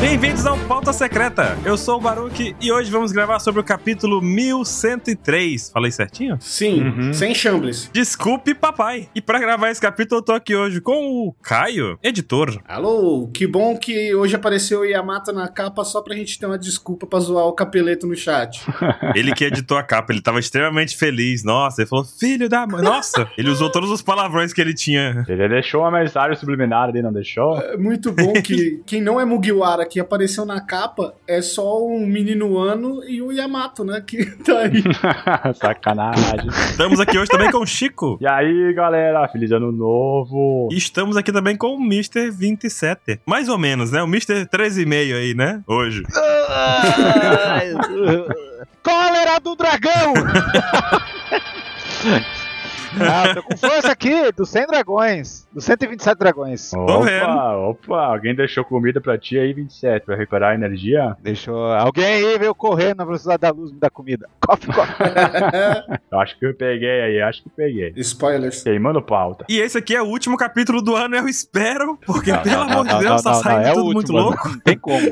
Bem-vindos ao Pauta Secreta. Eu sou o Baruque e hoje vamos gravar sobre o capítulo 1103. Falei certinho? Sim, sem chambles. Desculpe, papai. E pra gravar esse capítulo, eu tô aqui hoje com o Caio, editor. Alô, que bom que hoje apareceu o Yamata na capa só pra gente ter uma desculpa pra zoar o capeleto no chat. Ele que editou a capa, ele tava extremamente feliz. Nossa, ele falou, filho da mãe. Nossa, ele usou todos os palavrões que ele tinha. Ele deixou uma mensagem subliminar ali, não deixou? É muito bom que quem não é Mugiwara que apareceu na capa é só um menino ano e o Yamato, né? Que tá aí. Sacanagem. Estamos aqui hoje também com o Chico. E aí, galera, feliz ano novo. E estamos aqui também com o Mr. 27. Mais ou menos, né? O Mr. 13,5 aí, né? Hoje. Cólera do dragão! ah, tô com força aqui, dos 100 dragões. Dos 127 dragões. Tô vendo. Opa, opa, alguém deixou comida pra ti aí, 27, pra recuperar a energia? Deixou. Alguém aí veio correndo na velocidade da luz me dar comida. Coffee, coffee. Eu acho que eu peguei aí, acho que peguei. Spoilers. Queimando pauta. E esse aqui é o último capítulo do ano, eu espero, porque Não, pelo não, amor de Não, Deus, tá não, não, saindo é o tudo último, né? muito louco. Não tem como.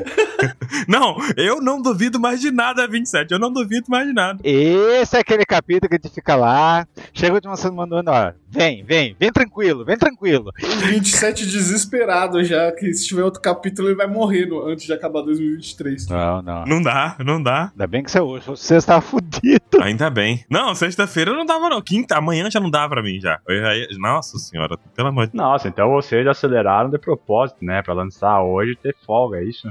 Não, eu não duvido mais de nada, 27. Eu não duvido mais de nada. Esse é aquele capítulo que a gente fica lá. Chega de uma semana do ano, ó. Vem, vem, vem tranquilo, vem tranquilo. Os 27 desesperado já, que se tiver outro capítulo ele vai morrer no- antes de acabar 2023. Não, não. Não dá, não dá. Ainda bem que você é hoje. Você está fudido. Ainda bem. Não, sexta-feira não dava, não. Quinta, amanhã já não dá pra mim já. Eu já ia- Nossa senhora, pelo amor de Nossa, então vocês aceleraram de propósito, né? Pra lançar hoje e ter folga, é isso?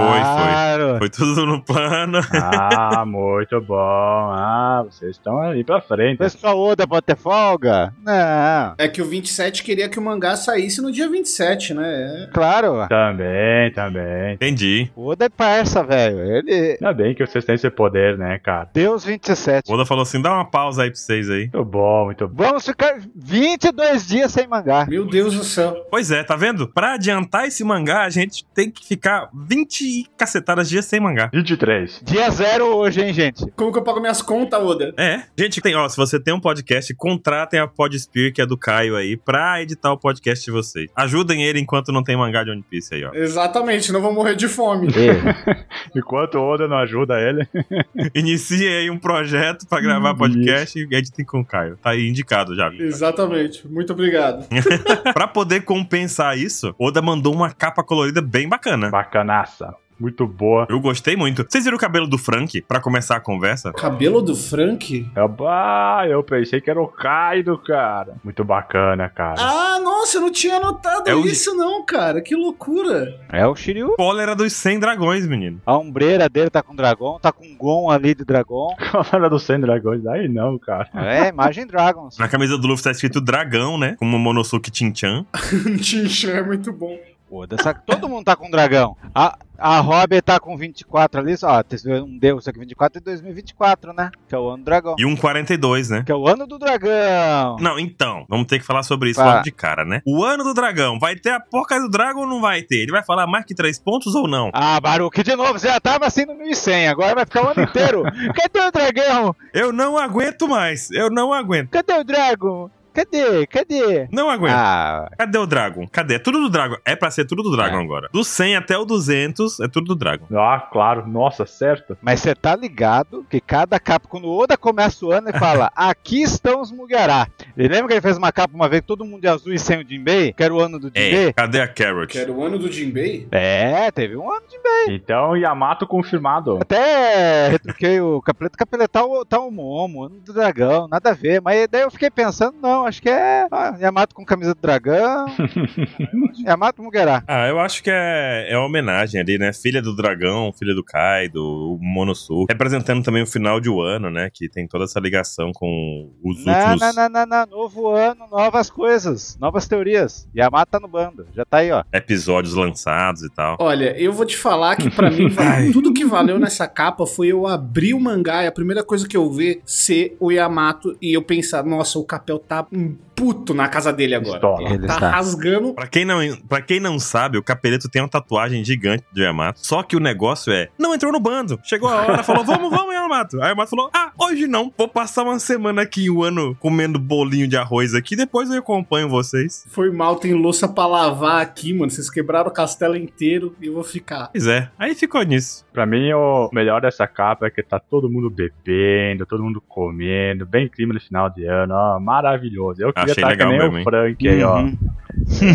Claro. Foi tudo no plano. Ah, muito bom. Ah, vocês estão aí pra frente. Mas só Oda pode ter folga? Não. É que o 27 queria que o mangá saísse no dia 27, né? É. Claro. Também, também. Entendi. O Oda é parça, velho. Ele. Ainda bem que vocês têm esse poder, né, cara? Deus 27. O Oda falou assim: dá uma pausa aí pra vocês aí. Muito bom, muito bom. Vamos ficar 22 dias sem mangá. Meu Deus do céu. Pois é, tá vendo? Pra adiantar esse mangá, a gente tem que ficar 20 e cacetadas dias sem mangá. 23. Dia zero hoje, hein, gente? Como que eu pago minhas contas, Oda? É. Gente, tem, ó, se você tem um podcast, contratem a Podsphere, que é do Caio aí, pra editar o podcast de vocês. Ajudem ele enquanto não tem mangá de One Piece aí, ó. Exatamente, não vou morrer de fome. Enquanto o Oda não ajuda ele. Inicie aí um projeto pra gravar Hum, podcast e editem com o Caio. Tá aí indicado já. Exatamente, muito obrigado. pra poder compensar isso, Oda mandou uma capa colorida bem bacana. Bacanaça. Muito boa. Eu gostei muito. Vocês viram o cabelo do Frank pra começar a conversa? Cabelo do Frank? Eu, bah, É Ah, eu pensei que era o Kaido, cara. Muito bacana, cara. Ah, nossa, eu não tinha notado É o- isso, não, cara. Que loucura. É o Shiryu. Cólera dos 100 dragões, menino. A ombreira dele tá com dragão, tá com Gon ali de dragão. Falando do Sand Dragões, aí não, cara. É, imagem Dragons. Na camisa do Luffy tá escrito dragão, né? Como Monosuke Chin-chan. Tincha é muito bom. Pô, dessa... Todo mundo tá com dragão. A, a Robin tá com 24 ali, só. ó, tem um Deus aqui 24 e 2024, né? Que é o ano do dragão. E um 42, né? Que é o ano do dragão. Não, então, vamos ter que falar sobre isso Fala. logo de cara, né? O ano do dragão, vai ter a porca do dragão ou não vai ter? Ele vai falar mais que três pontos ou não? Ah, Baruque, de novo, você já tava assim no 1100, agora vai ficar o ano inteiro. Cadê o dragão? Eu não aguento mais, eu não aguento, Cadê o dragão? Cadê? Cadê? não aguento. Ah, Cadê o dragão? Cadê? É tudo do dragão. É pra ser tudo do dragão agora. Do 100 até o 200, é tudo do dragão. Ah, claro. Nossa, certo. mas você tá ligado que cada capa, quando o Oda começa o ano, ele fala: Aqui estão os Mugiará. E lembra que ele fez uma capa uma vez, todo mundo de azul e sem o Jinbei? Que era o ano do É, Jinbei? cadê a Carrot? Que era o ano do Jinbei? É, teve um ano de Então, Yamato confirmado. Até retruquei o Capeleto. Capeleto tá um momo, ano do dragão, nada a ver. Mas daí eu fiquei pensando, não, acho que é ah, Yamato com camisa do dragão. Yamato Muguerá. Ah, eu acho que é, é uma homenagem ali, né? Filha do dragão, filha do Kaido, o Monosuke. Representando também o final de um ano, né? Que tem toda essa ligação com os Não, últimos... não, não, não, não, novo ano, novas coisas, novas teorias. Yamato tá no bando, já tá aí, ó. Episódios lançados e tal. Olha, eu vou te falar que pra mim vale- tudo que valeu nessa capa foi eu abrir o mangá e a primeira coisa que eu ver ser o Yamato e eu pensar, nossa, o capel tá um puto na casa dele agora. Pistola. Ele Ele tá está. rasgando. Pra quem, não, pra quem não sabe, o Capeleto tem uma tatuagem gigante do Yamato. Só que o negócio é, não entrou no bando. Chegou a hora, falou, vamos, vamos, Yamato. Aí o Yamato falou, ah, hoje não. Vou passar uma semana aqui, o ano, comendo bolinho de arroz aqui. Depois eu acompanho vocês. Foi mal, tem louça pra lavar aqui, mano. Vocês quebraram o castelo inteiro e eu vou ficar. Pois é, aí ficou nisso. Pra mim, o melhor dessa capa é que tá todo mundo bebendo, todo mundo comendo, bem clima de final de ano, ó, maravilhoso. Eu queria Achei estar que legal nem mesmo, o hein? Frank aí, ó. Uhum.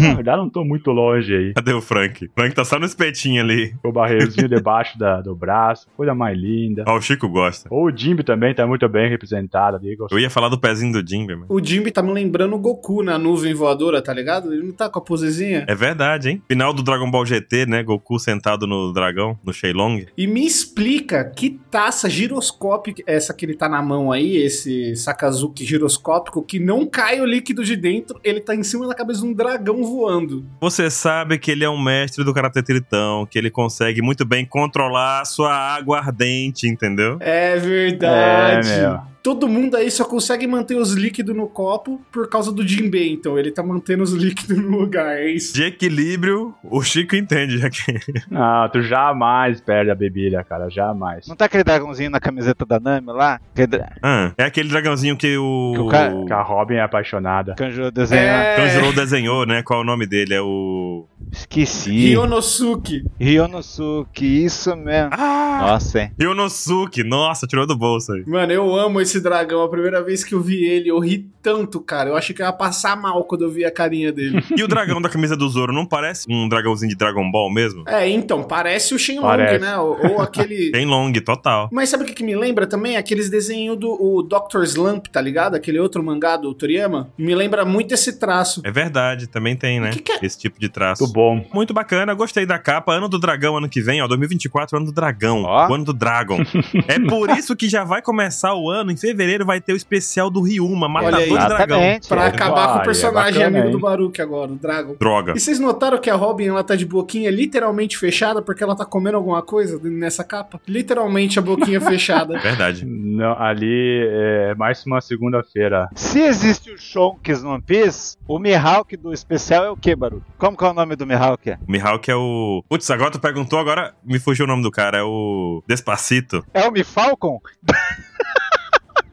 Na verdade, eu não tô muito longe aí. Cadê o Frank? O Frank tá só no espetinho ali. O barreirozinho debaixo da- do braço, coisa mais linda. Ó, o Chico gosta. O Jimby também tá muito bem representado ali. gostei. Eu ia falar do pezinho do Jimbe, mas... O Jimmy tá me lembrando o Goku na nuvem voadora, tá ligado? Ele não tá com a posezinha. É verdade, hein? Final do Dragon Ball GT, né? Goku sentado no dragão, no Shenlong. E me explica que taça giroscópica, essa que ele tá na mão aí, esse Sakazuki giroscópico, que não cai o líquido de dentro, ele tá em cima da cabeça de um dragão voando. Você sabe que ele é um mestre do Karate Tritão, que ele consegue muito bem controlar a sua água ardente, entendeu? É verdade. É, meu. Todo mundo aí só consegue manter os líquidos no copo por causa do Jinbei, então ele tá mantendo os líquidos no lugar, é isso. De equilíbrio, o Chico entende. já que- Não, tu jamais perde a bebida, cara, jamais. Não tá aquele dragãozinho na camiseta da Nami lá? Aquele dra- Ah, é aquele dragãozinho que Que o. o cara- Que a Robin é apaixonada. que o Anjo desenhou. É. um Tanjiro desenhou, né? Qual é o nome dele? É o. Esqueci. Rionosuke. Rionosuke, isso mesmo. Ah! Nossa, hein? Yonosuke! Nossa, tirou do bolso aí. Mano, eu amo esse dragão. A primeira vez que eu vi ele, eu ri tanto, cara. Eu achei que eu ia passar mal quando eu vi a carinha dele. E o dragão da camisa do Zoro não parece um dragãozinho de Dragon Ball mesmo? é, então, parece o Shenlong, Parece. né? Ou, ou aquele. Shenlong, total. Mas sabe o que, que me lembra também? Aqueles desenhos do o Dr. Slump, tá ligado? Aquele outro mangá do Toriyama. Me lembra muito esse traço. É verdade, também tem, né? O que que é? Esse tipo de traço. Muito bom. Muito bacana, gostei da capa. Ano do Dragão, ano que vem, ó. 2024, ano do Dragão. Ó. O ano do Dragon. é por isso que já vai começar o ano. Em fevereiro vai ter o especial do Ryuma, Matador Olha aí. de Dragão. Exatamente. Pra É, acabar com o vai, é personagem bacana, amigo do hein? Baruque agora, o Dragon. Droga. E vocês notaram que a Robin ela tá de boquinha literalmente fechada porque ela tá comendo alguma coisa nessa capa? Literalmente a boquinha fechada. Verdade. Não, ali é mais uma segunda-feira. Se existe o Shonks no One Piece, o Mihawk do especial é o que, Baru? Como que é o nome do Mihawk? O Mihawk é o. Putz, agora tu perguntou, agora me fugiu o nome do cara. É o. Despacito. É o Mifalcon?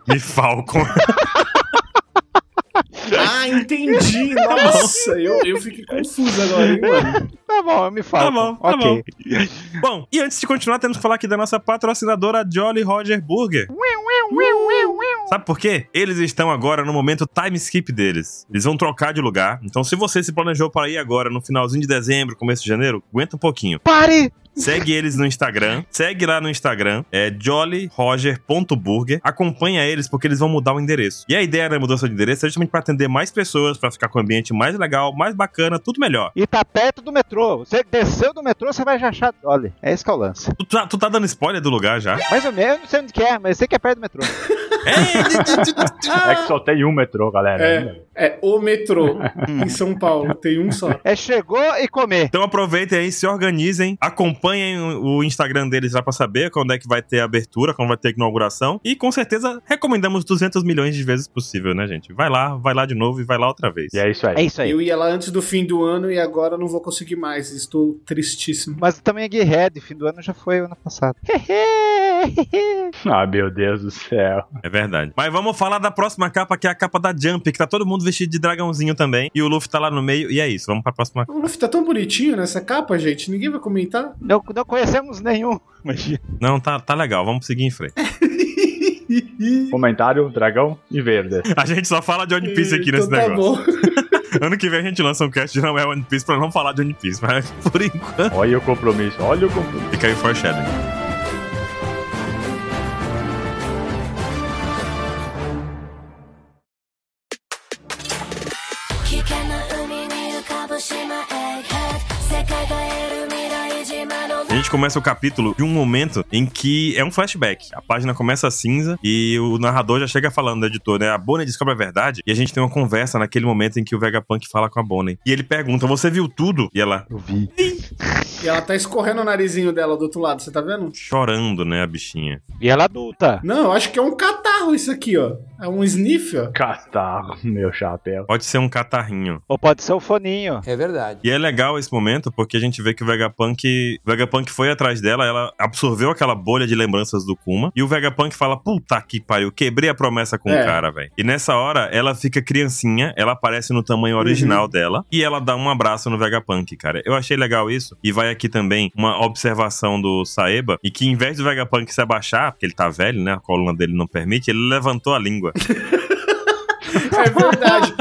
Me Falcon. ah, entendi! Nossa, eu, eu fiquei confuso agora, hein, mano? Tá bom, é o Mifalcon. Tá bom, tá ok. Bom, e antes de continuar, temos que falar aqui da nossa patrocinadora Jolly Roger Burger. Sabe por quê? Eles estão agora no momento time skip deles. Eles vão trocar de lugar. Então, se você se planejou para ir agora no finalzinho de dezembro, começo de janeiro, aguenta um pouquinho. Pare! Segue eles no Instagram. Segue lá no Instagram, é jollyroger.burger. Acompanha eles porque eles vão mudar o endereço. E a ideia da mudança de endereço é justamente para atender mais pessoas, para ficar com o ambiente mais legal, mais bacana, tudo melhor. E tá perto do metrô. Você desceu do metrô, você vai já achar. Olha, é esse que é o lance. Tu tá, tu tá dando spoiler do lugar já? É. Mais ou menos, eu não sei onde que é, mas eu sei que é perto do metrô. É que só tem um metrô, galera. É, é o metrô em São Paulo, tem um só. É chegou e comer. Então aproveitem aí, se organizem, acompanhem o o Instagram deles lá pra saber quando é que vai ter a abertura, quando vai ter a inauguração. E com certeza recomendamos 200 milhões de vezes possível, né, gente? Vai lá, vai lá de novo e vai lá outra vez. E é isso aí. É isso aí. Eu ia lá antes do fim do ano e agora não vou conseguir mais. Estou tristíssimo. Mas também é Gearhead, fim do ano já foi ano passado. Ah, meu Deus do céu. É verdade. Mas vamos falar da próxima capa, que é a capa da Jump, que tá todo mundo vestido de dragãozinho também. E o Luffy tá lá no meio. E é isso, vamos pra próxima. O Luffy tá tão bonitinho nessa capa, gente. Ninguém vai comentar. não, não conhecemos nenhum. Imagina. Não, tá, tá legal, vamos seguir em frente. Comentário, dragão e verde. A gente só fala de One Piece aqui Então nesse tá negócio. bom. Ano que vem a gente lança um cast de não é One Piece pra não falar de One Piece, mas por enquanto. Olha o compromisso, olha o compromisso. Fica aí o foreshadowing. 「危険な海に浮かぶ島エッヘッ世界が得る未来島の A gente começa o capítulo de um momento em que é um flashback. A página começa cinza e o narrador já chega falando do editor, né? A Bonnie descobre a verdade e a gente tem uma conversa naquele momento em que o Vegapunk fala com a Bonnie. E ele pergunta: Você viu tudo? E ela Eu vi. E ela tá escorrendo o narizinho dela do outro lado, você tá vendo? chorando, né, a bichinha. E ela adulta. Não, eu acho que é um catarro isso aqui, ó. É um sniffle? Catarro, meu chapéu. Pode ser um catarrinho. Ou pode ser o foninho. É verdade. E é legal esse momento porque a gente vê que o Vegapunk, o Vegapunk foi atrás dela, ela absorveu aquela bolha de lembranças do Kuma e o Vegapunk fala: "Puta que pariu, quebrei a promessa com É. o cara, velho". E nessa hora ela fica criancinha, ela aparece no tamanho original dela e ela dá um abraço no Vegapunk, cara. Eu achei legal isso e vai aqui também uma observação do Saeba e que em vez do Vegapunk se abaixar, porque ele tá velho, né, a coluna dele não permite, ele levantou a língua. É verdade.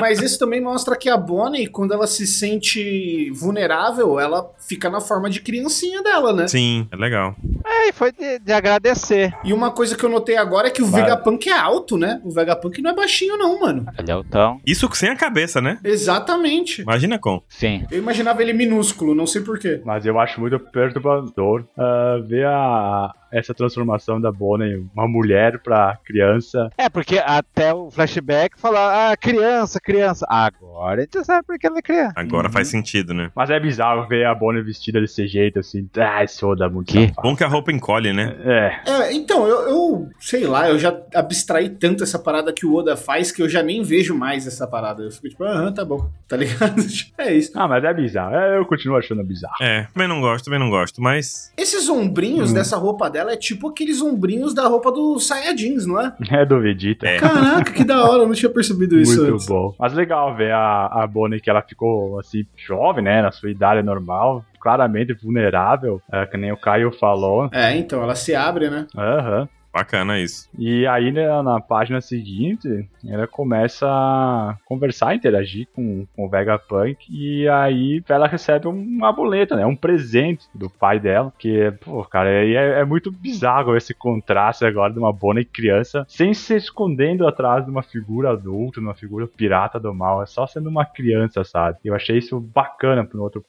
Mas isso também mostra que a Bonnie, quando ela se sente vulnerável, ela fica na forma de criancinha dela, né? Sim, é legal. É, e foi de, de agradecer. E uma coisa que eu notei agora é que o Vai. Vegapunk é alto, né? O Vegapunk não é baixinho, não, mano. Ele é altão. Isso sem a cabeça, né? Exatamente. Imagina com. Sim. Eu imaginava ele minúsculo, não sei porquê. Mas eu acho muito perturbador ah, ver a, essa transformação da Bonnie, uma mulher pra criança. É, porque até o flashback fala, ah, criança, criança. Agora a gente sabe porque ela é criança. Agora faz sentido, né? Mas é bizarro ver a Bonnie vestida desse jeito, assim. Ah, esse Oda é muito Que? safado. Bom que a roupa encolhe, né? É, É, então, eu, eu sei lá, eu já abstraí tanto essa parada que o Oda faz que eu já nem vejo mais essa parada. Eu fico tipo, aham, tá bom, tá ligado? É isso. ah, mas é bizarro. É, eu continuo achando bizarro. É, também não gosto, também não gosto, mas. Esses ombrinhos Hum. dessa roupa dela é tipo aqueles ombrinhos da roupa do Saiyajins, não é? É do Vegeta. É. Caraca, que da hora, eu não tinha percebido isso é Muito antes. bom. Mas legal ver a, a Bonnie que ela ficou assim, jovem, né? Na sua idade normal, claramente vulnerável, é, que nem o Caio falou. É, então, ela se abre, né? Aham. Bacana isso. E aí né, na página seguinte, ela começa a conversar, interagir com, com o Vegapunk e aí ela recebe uma boleta, né? Um presente do pai dela, que, pô, cara, aí é, é muito bizarro esse contraste agora de uma Bonnie criança sem se escondendo atrás de uma figura adulta, de uma figura pirata do mal, é só sendo uma criança, sabe? Eu achei isso bacana pro outro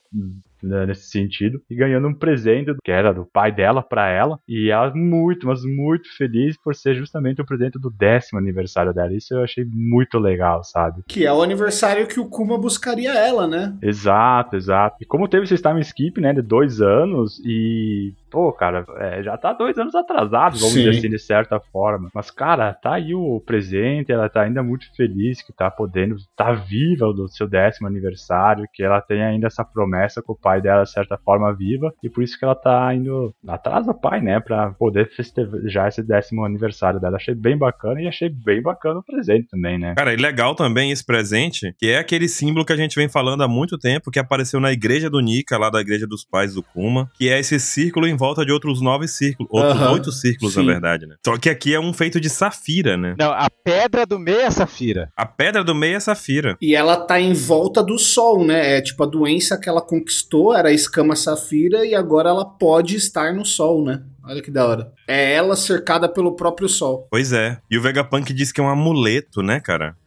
né, nesse sentido, e ganhando um presente que era do pai dela pra ela, e ela muito, mas muito feliz por ser justamente o presente do décimo aniversário dela. Isso eu achei muito legal, sabe? Que é o aniversário que o Kuma buscaria ela, né? Exato, exato. E como teve esse time skip, né, de dois anos, e. Pô, cara, é, já tá dois anos atrasado, vamos Sim. dizer assim, de certa forma. Mas, cara, tá aí o presente, ela tá ainda muito feliz que tá podendo, tá viva do seu décimo aniversário, que ela tem ainda essa promessa com o pai dela, de certa forma, viva. E por isso que ela tá indo atrás do pai, né, pra poder festejar esse décimo aniversário dela. Achei bem bacana e achei bem bacana o presente também, É. né? Cara, e legal também esse presente, que é aquele símbolo que a gente vem falando há muito tempo, que apareceu na igreja do Nika, lá da igreja dos pais do Kuma, que é esse círculo em volta de outros nove círculos, outros Aham. oito círculos, Sim. na verdade, né? Só que aqui é um feito de safira, né? Não, a pedra do meio é safira. A pedra do meio é safira. E ela tá em volta do sol, né? É tipo a doença que ela conquistou, era a escama safira, e agora ela pode estar no sol, né? Olha que da hora. É ela cercada pelo próprio sol. Pois é. E o Vegapunk diz que é um amuleto, né, cara?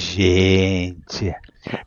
Gente,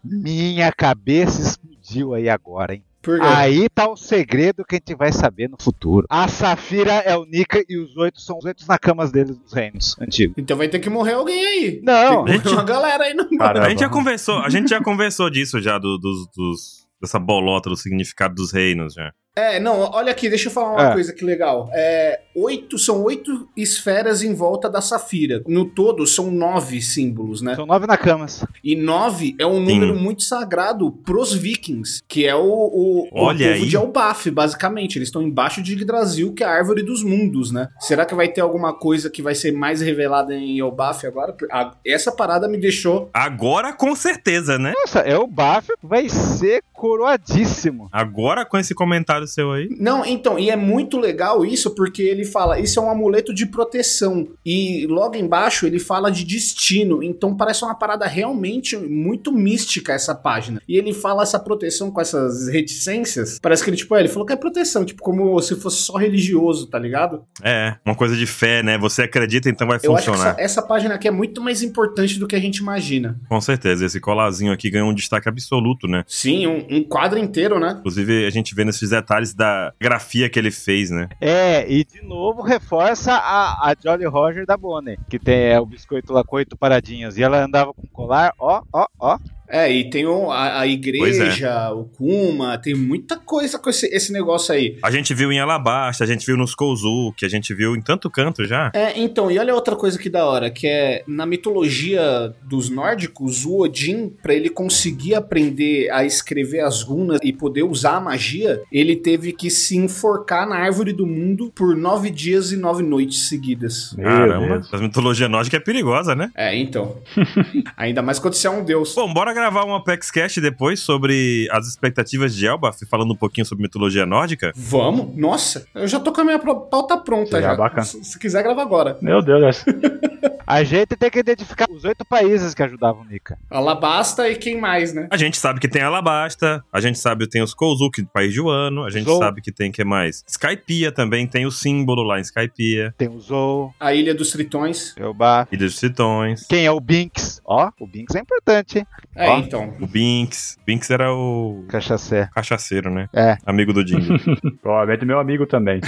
minha cabeça explodiu aí agora, hein? Por quê? Aí tá o segredo que a gente vai saber no futuro. A Safira é o Nika e os oito são os oito na camas deles dos reinos antigos. Então vai ter que morrer alguém aí. Não, Tem que morrer uma galera aí no a gente já Caramba. conversou, a gente já conversou disso já, do- dos- dos- dessa bolota do significado dos reinos, já. É, não, olha aqui, deixa eu falar uma É. coisa que legal. É, oito, são oito esferas em volta da safira. No todo, são nove símbolos, né? são nove na camas. E nove é um número muito sagrado pros vikings, que é o, o, o Olha povo aí. de Elbaf, basicamente. Eles estão embaixo de Yggdrasil, que é a árvore dos mundos, né? Será que vai ter alguma coisa que vai ser mais revelada em Elbaf agora? A- essa parada me deixou... Agora com certeza, né? Nossa, é o Baf vai ser coroadíssimo. Agora com esse comentário seu aí. Não, então, e é muito legal isso, porque ele fala, isso é um amuleto de proteção. E logo embaixo ele fala de destino. Então parece uma parada realmente muito mística essa página. E ele fala essa proteção com essas reticências. Parece que ele, tipo, é, ele falou que é proteção, tipo, como se fosse só religioso, tá ligado? É, uma coisa de fé, né? Você acredita, então vai Eu acho que essa, funcionar. essa página aqui é muito mais importante do que a gente imagina. Com certeza, esse colazinho aqui ganhou um destaque absoluto, né? Sim, um, um quadro inteiro, né? Inclusive, a gente vê nesses detalhes da grafia que ele fez, né? É, e de novo reforça a, a Jolly Roger da Bonnie, que tem é, o biscoito lá com oito paradinhas. E ela andava com colar, ó, ó, ó. É, e tem o- a, a igreja, o Kuma, tem muita coisa com esse, esse negócio aí. A gente viu em Alabasta, a gente viu nos Kouzuki, a gente viu em tanto canto já. É, então, e olha outra coisa que da hora, que é na mitologia dos nórdicos, o Odin, pra ele conseguir aprender a escrever as runas e poder usar a magia, ele teve que se enforcar na árvore do mundo por nove dias e nove noites seguidas. Meu Caramba, Deus. a mitologia nórdica é perigosa, né? É, então. Ainda mais quando você é um deus. Bom, bora gravar um Apex Cast depois sobre as expectativas de Elbaf, falando um pouquinho sobre mitologia nórdica. Vamos? Nossa, eu já tô com a minha pro- pauta pronta Seria já. bacana. Se, se quiser, grava agora. Meu Deus, é assim. essa- A gente tem que identificar os oito países que ajudavam o Nika. Alabasta e quem mais, né? A gente sabe que tem Alabasta, a gente sabe que tem os Kouzuki do país de Wano, a gente Zou. sabe que tem que mais? Skypiea também, tem o símbolo lá em Skypiea, Tem o Zou, A Ilha dos Tritões. Jeobá. Ilha dos Tritões, Quem é o Binks? Ó, o Binks é importante, hein? É, Ó. então. o Binks. Binks era o Cachacé. cachaceiro, né? É. Amigo do Jim. provavelmente meu amigo também.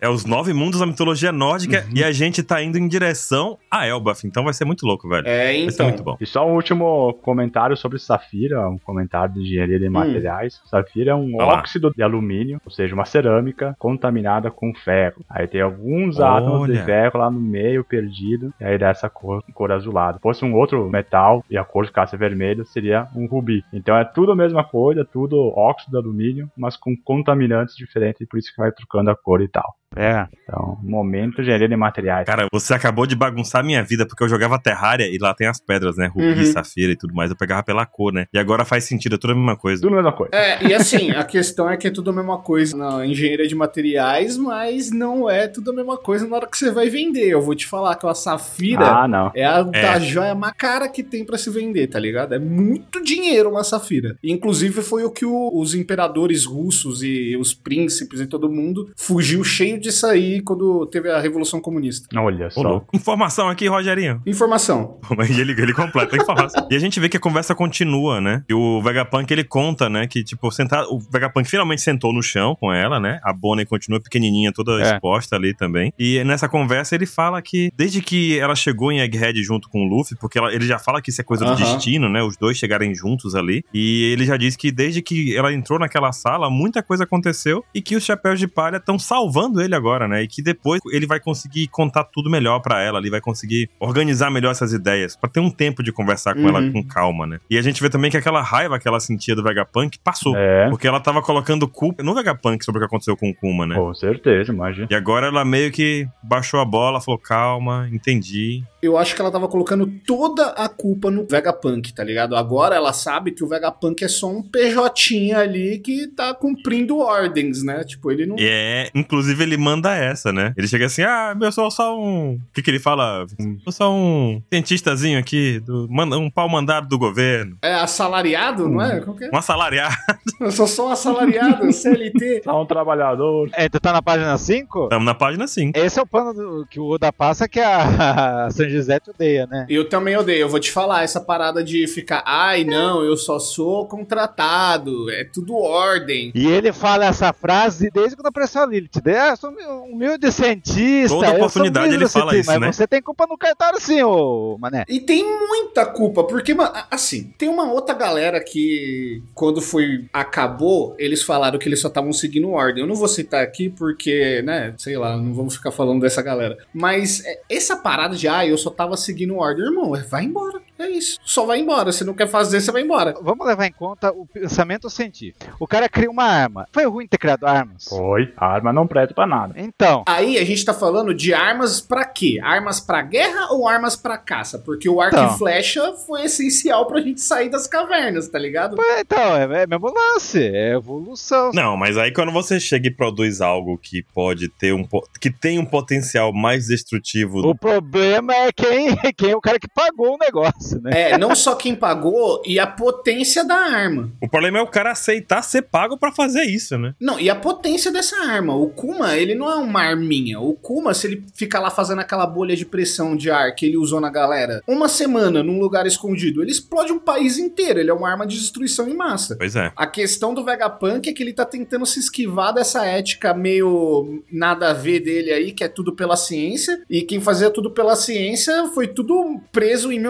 é os nove mundos da mitologia nórdica e a gente tá indo em direção a Elbaf, então vai ser muito louco, velho. É, Vai ser então. muito bom. E só um último comentário sobre safira, um comentário de engenharia de materiais. Safira é um Vai lá. óxido de alumínio, ou seja, uma cerâmica contaminada com ferro. Aí tem alguns Olha. átomos de ferro lá no meio perdido, e aí dá essa cor, cor azulada. Se fosse um outro metal e a cor ficasse vermelha, seria um rubi. Então é tudo a mesma coisa, tudo óxido de alumínio, mas com contaminantes diferentes, por isso que vai trocando a cor e tal. É. Então, momento engenharia de materiais. Cara, você acabou de bagunçar minha vida, porque eu jogava Terraria e lá tem as pedras, né? Rubi, Uhum. safira e tudo mais. Eu pegava pela cor, né? E agora faz sentido, é tudo a mesma coisa. Tudo a mesma coisa. É, e assim, a questão é que é tudo a mesma coisa na engenharia de materiais, mas não é tudo a mesma coisa na hora que você vai vender. Eu vou te falar que a safira Ah, não. é a É. da joia mais cara que tem pra se vender, tá ligado? É muito dinheiro uma safira. Inclusive foi o que o- os imperadores russos e os príncipes e todo mundo fugiu cheio disso aí quando teve a Revolução Comunista. Olha Ô, só. louco. Informação aqui, Rogerinho. Informação. Mas ele, ele completa a informação. e a gente vê que a conversa continua, né? E o Vegapunk, ele conta, né? Que, tipo, sentar, o Vegapunk finalmente sentou no chão com ela, né? A Bonnie continua pequenininha, toda É. exposta ali também. E nessa conversa ele fala que, desde que ela chegou em Egghead junto com o Luffy, porque ela- ele já fala que isso é coisa do Aham. destino, né? Os dois chegarem juntos ali. E ele já diz que desde que ela entrou naquela sala, muita coisa aconteceu e que os chapéus de palha estão salvando ele agora, né? E que depois ele vai conseguir contar tudo melhor pra ela, ele vai conseguir organizar melhor essas ideias, pra ter um tempo de conversar com Uhum. ela com calma, né? E a gente vê também que aquela raiva que ela sentia do Vegapunk passou. É, Porque ela tava colocando culpa no Vegapunk sobre o que aconteceu com o Kuma, né? com certeza, imagina. E agora ela meio que baixou a bola, falou: calma, entendi. Eu acho que ela tava colocando toda a culpa no Vegapunk, tá ligado? Agora ela sabe que o Vegapunk é só um PJ ali que tá cumprindo ordens, né? Tipo, ele não. E é, inclusive ele manda essa, né? Ele chega assim: ah, meu, eu sou só um. O que, que ele fala? Eu sou só um dentistazinho aqui, do... manda- um pau mandado do governo, É assalariado, não é? Qual que é? um assalariado. Eu sou só um assalariado, CLT. Só um trabalhador. É, tu tá na página 5? Estamos na página 5. Esse é o pano do- que o Oda passa que a, a San Gisete odeia, né? Eu também odeio, eu vou te falar, essa parada de ficar, ai não, eu só sou contratado, é tudo ordem. E ele fala essa frase desde quando apareceu a Lilith. né? Ah, eu sou um humilde cientista. Toda eu sou oportunidade humilde ele cientista, fala isso, mas né? Você tem culpa no cartório sim, ô Mané. E tem muita culpa, porque, mano, a- assim, tem uma outra galera que, quando foi, acabou, eles falaram que eles só estavam seguindo ordem. Eu não vou citar aqui porque, né, sei lá, não vamos ficar falando dessa galera. Mas é, essa parada de, ah, eu só tava seguindo ordem, irmão, é, vai embora, é isso. Só vai embora, se não quer fazer, você vai embora. Vamos levar em conta o pensamento científico. O cara cria uma arma. Foi ruim ter criado armas? Foi, a arma não presta pra nada. Então, Aí a gente tá falando de armas pra quê? Armas pra guerra ou armas pra caça? Porque o arco Então. e flecha foi essencial pra gente sair das cavernas, tá ligado? é, então é, é mesmo lance. É evolução. Não, mas aí quando você chega e produz algo que pode ter um. po- que tem um potencial mais destrutivo O problema é quem, quem é o cara que pagou o negócio, né? É, não só quem pagou e a potência da arma. O problema é o cara aceitar ser pago pra fazer isso, né? Não, e a potência dessa arma. O Kuma, ele não é uma arminha. O Kuma, se ele ficar lá fazendo aquela bolha de pressão de ar que ele usou na galera, uma semana num lugar escondido, ele explode um país inteiro. Ele é uma arma de destruição em massa. Pois é. A questão do Vegapunk é que ele tá tentando se esquivar dessa ética meio nada a ver dele aí, que é tudo pela ciência, e quem fazia tudo pela ciência foi tudo preso em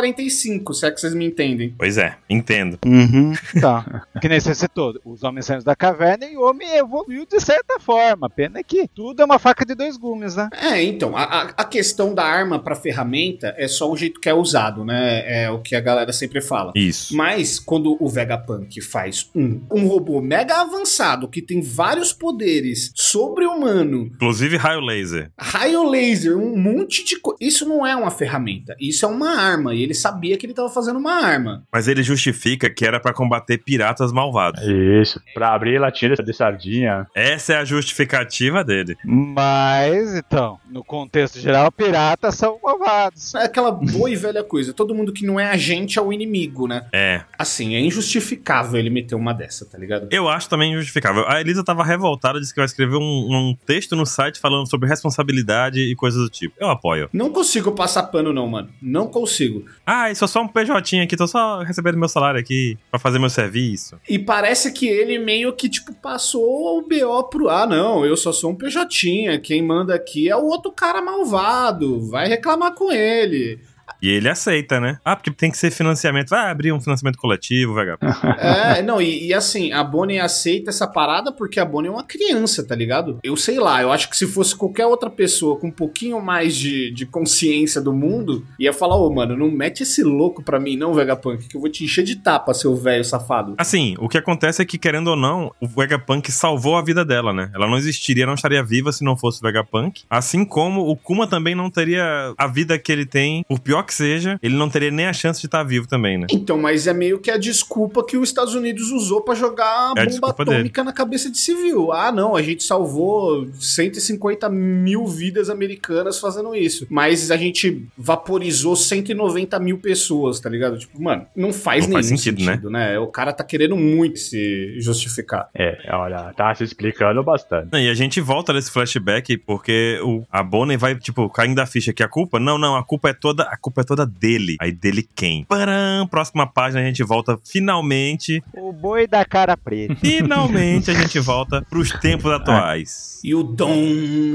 45, se é que vocês me entendem. Pois é, entendo. Uhum. Tá. Que nem você citou, os homens saíram da caverna e o homem evoluiu de certa forma. Pena que tudo é uma faca de dois gumes, né? É, então, a, a- a questão da arma pra ferramenta é só o jeito que é usado, né? É o que a galera sempre fala. Isso. Mas quando o Vegapunk faz um, um robô mega avançado que tem vários poderes sobre-humano, Inclusive raio laser. raio laser, um monte de coisa. Isso não é uma ferramenta, isso é uma arma. E ele sabia que ele tava fazendo uma arma. Mas ele justifica que era pra combater piratas malvados. Isso, pra abrir latinha de sardinha. Essa é a justificativa dele. Mas, então, no contexto geral, piratas são malvados. É aquela boa e velha coisa. Todo mundo que não é a gente é o inimigo, né? É. Assim, é injustificável ele meter uma dessa, tá ligado? Eu acho também injustificável. A Elisa tava revoltada, disse que vai escrever um, um texto no site falando sobre responsabilidade e coisas do tipo. Eu apoio. Não consigo passar pano, não, mano. Não consigo. Ah, isso é só um PJ aqui, tô só recebendo meu salário aqui pra fazer meu serviço. E parece que ele meio que, tipo, passou o BO pro. Ah, não, eu só sou um PJ. Quem manda aqui é o outro cara malvado. Vai reclamar com ele. E ele aceita, né? Ah, porque tem que ser financiamento. Vai abrir um financiamento coletivo, vagabundo. é, não, e, e assim, a Bonnie aceita essa parada porque a Bonnie é uma criança, tá ligado? Eu sei lá, eu acho que se fosse qualquer outra pessoa com um pouquinho mais de, de consciência do mundo, ia falar: Ô, mano, não mete esse louco pra mim, não, Vegapunk, que eu vou te encher de tapa, seu velho safado. Assim, o que acontece é que, querendo ou não, o Vegapunk salvou a vida dela, né? Ela não existiria, não estaria viva se não fosse o Vegapunk. Assim como o Kuma também não teria a vida que ele tem, por pior que seja, ele não teria nem a chance de estar vivo também, né? Então, mas é meio que a desculpa que os Estados Unidos usou pra jogar É a a bomba desculpa atômica na cabeça de civil. Ah, não, a gente salvou 150 mil vidas americanas fazendo isso. Mas a gente vaporizou 190 mil pessoas, tá ligado? Tipo, mano, não faz Não nenhum faz sentido, sentido, né? né? O cara tá querendo muito se justificar. É, olha, tá se explicando bastante. E a gente volta nesse flashback porque o, a Bonnie vai, tipo, caindo da ficha que a culpa. Não, não, a culpa é toda. A culpa é toda dele. Aí dele quem? Param! Próxima página a gente volta finalmente. O boi da cara preta. Finalmente a gente volta pros tempos atuais. E o Dom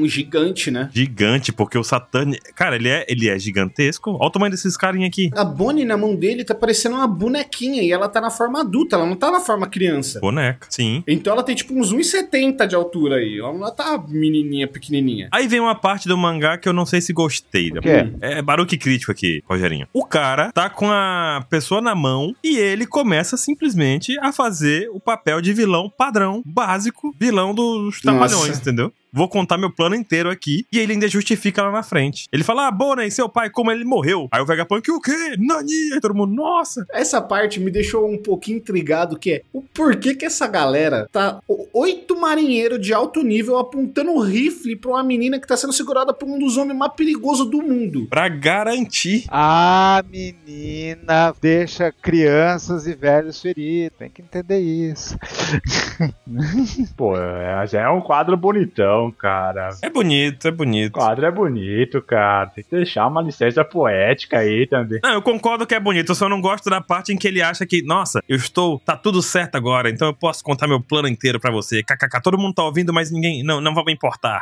gigante, né? Gigante, porque o Satã. Cara, ele é, ele é gigantesco. Olha o tamanho desses carinha aqui. A Bonnie na mão dele tá parecendo uma bonequinha e ela tá na forma adulta, ela não tá na forma criança. Boneca. Sim. Então ela tem tipo uns 1,70 de altura aí. Ela não tá menininha, pequenininha. Aí vem uma parte do mangá que eu não sei se gostei. da- O quê? É barulho crítico aqui, Rogerinho. O cara tá com a pessoa na mão e ele começa simplesmente a fazer o papel de vilão padrão, básico, vilão dos trapalhões, Nossa. entendeu? Vou contar meu plano inteiro aqui. E ele ainda justifica lá na frente. Ele fala, ah, Bonnie, seu pai, como ele morreu. Aí o Vegapunk, o quê? Nani! Aí todo mundo, nossa! Essa parte me deixou um pouquinho intrigado, que é o porquê que essa galera tá o- oito marinheiros de alto nível apontando um rifle pra uma menina que tá sendo segurada por um dos homens mais perigosos do mundo. Pra garantir. A menina deixa crianças e velhos feridos. Tem que entender isso. Pô, é, mas é um quadro bonitão, cara. É bonito, é bonito. O quadro é bonito, cara. Tem que deixar uma licença poética aí também. Não, eu concordo que é bonito, eu só não gosto da parte em que ele acha que, nossa, eu estou, tá tudo certo agora, então eu posso contar meu plano inteiro pra você. KKK, todo mundo tá ouvindo, mas ninguém, não, não vai me importar.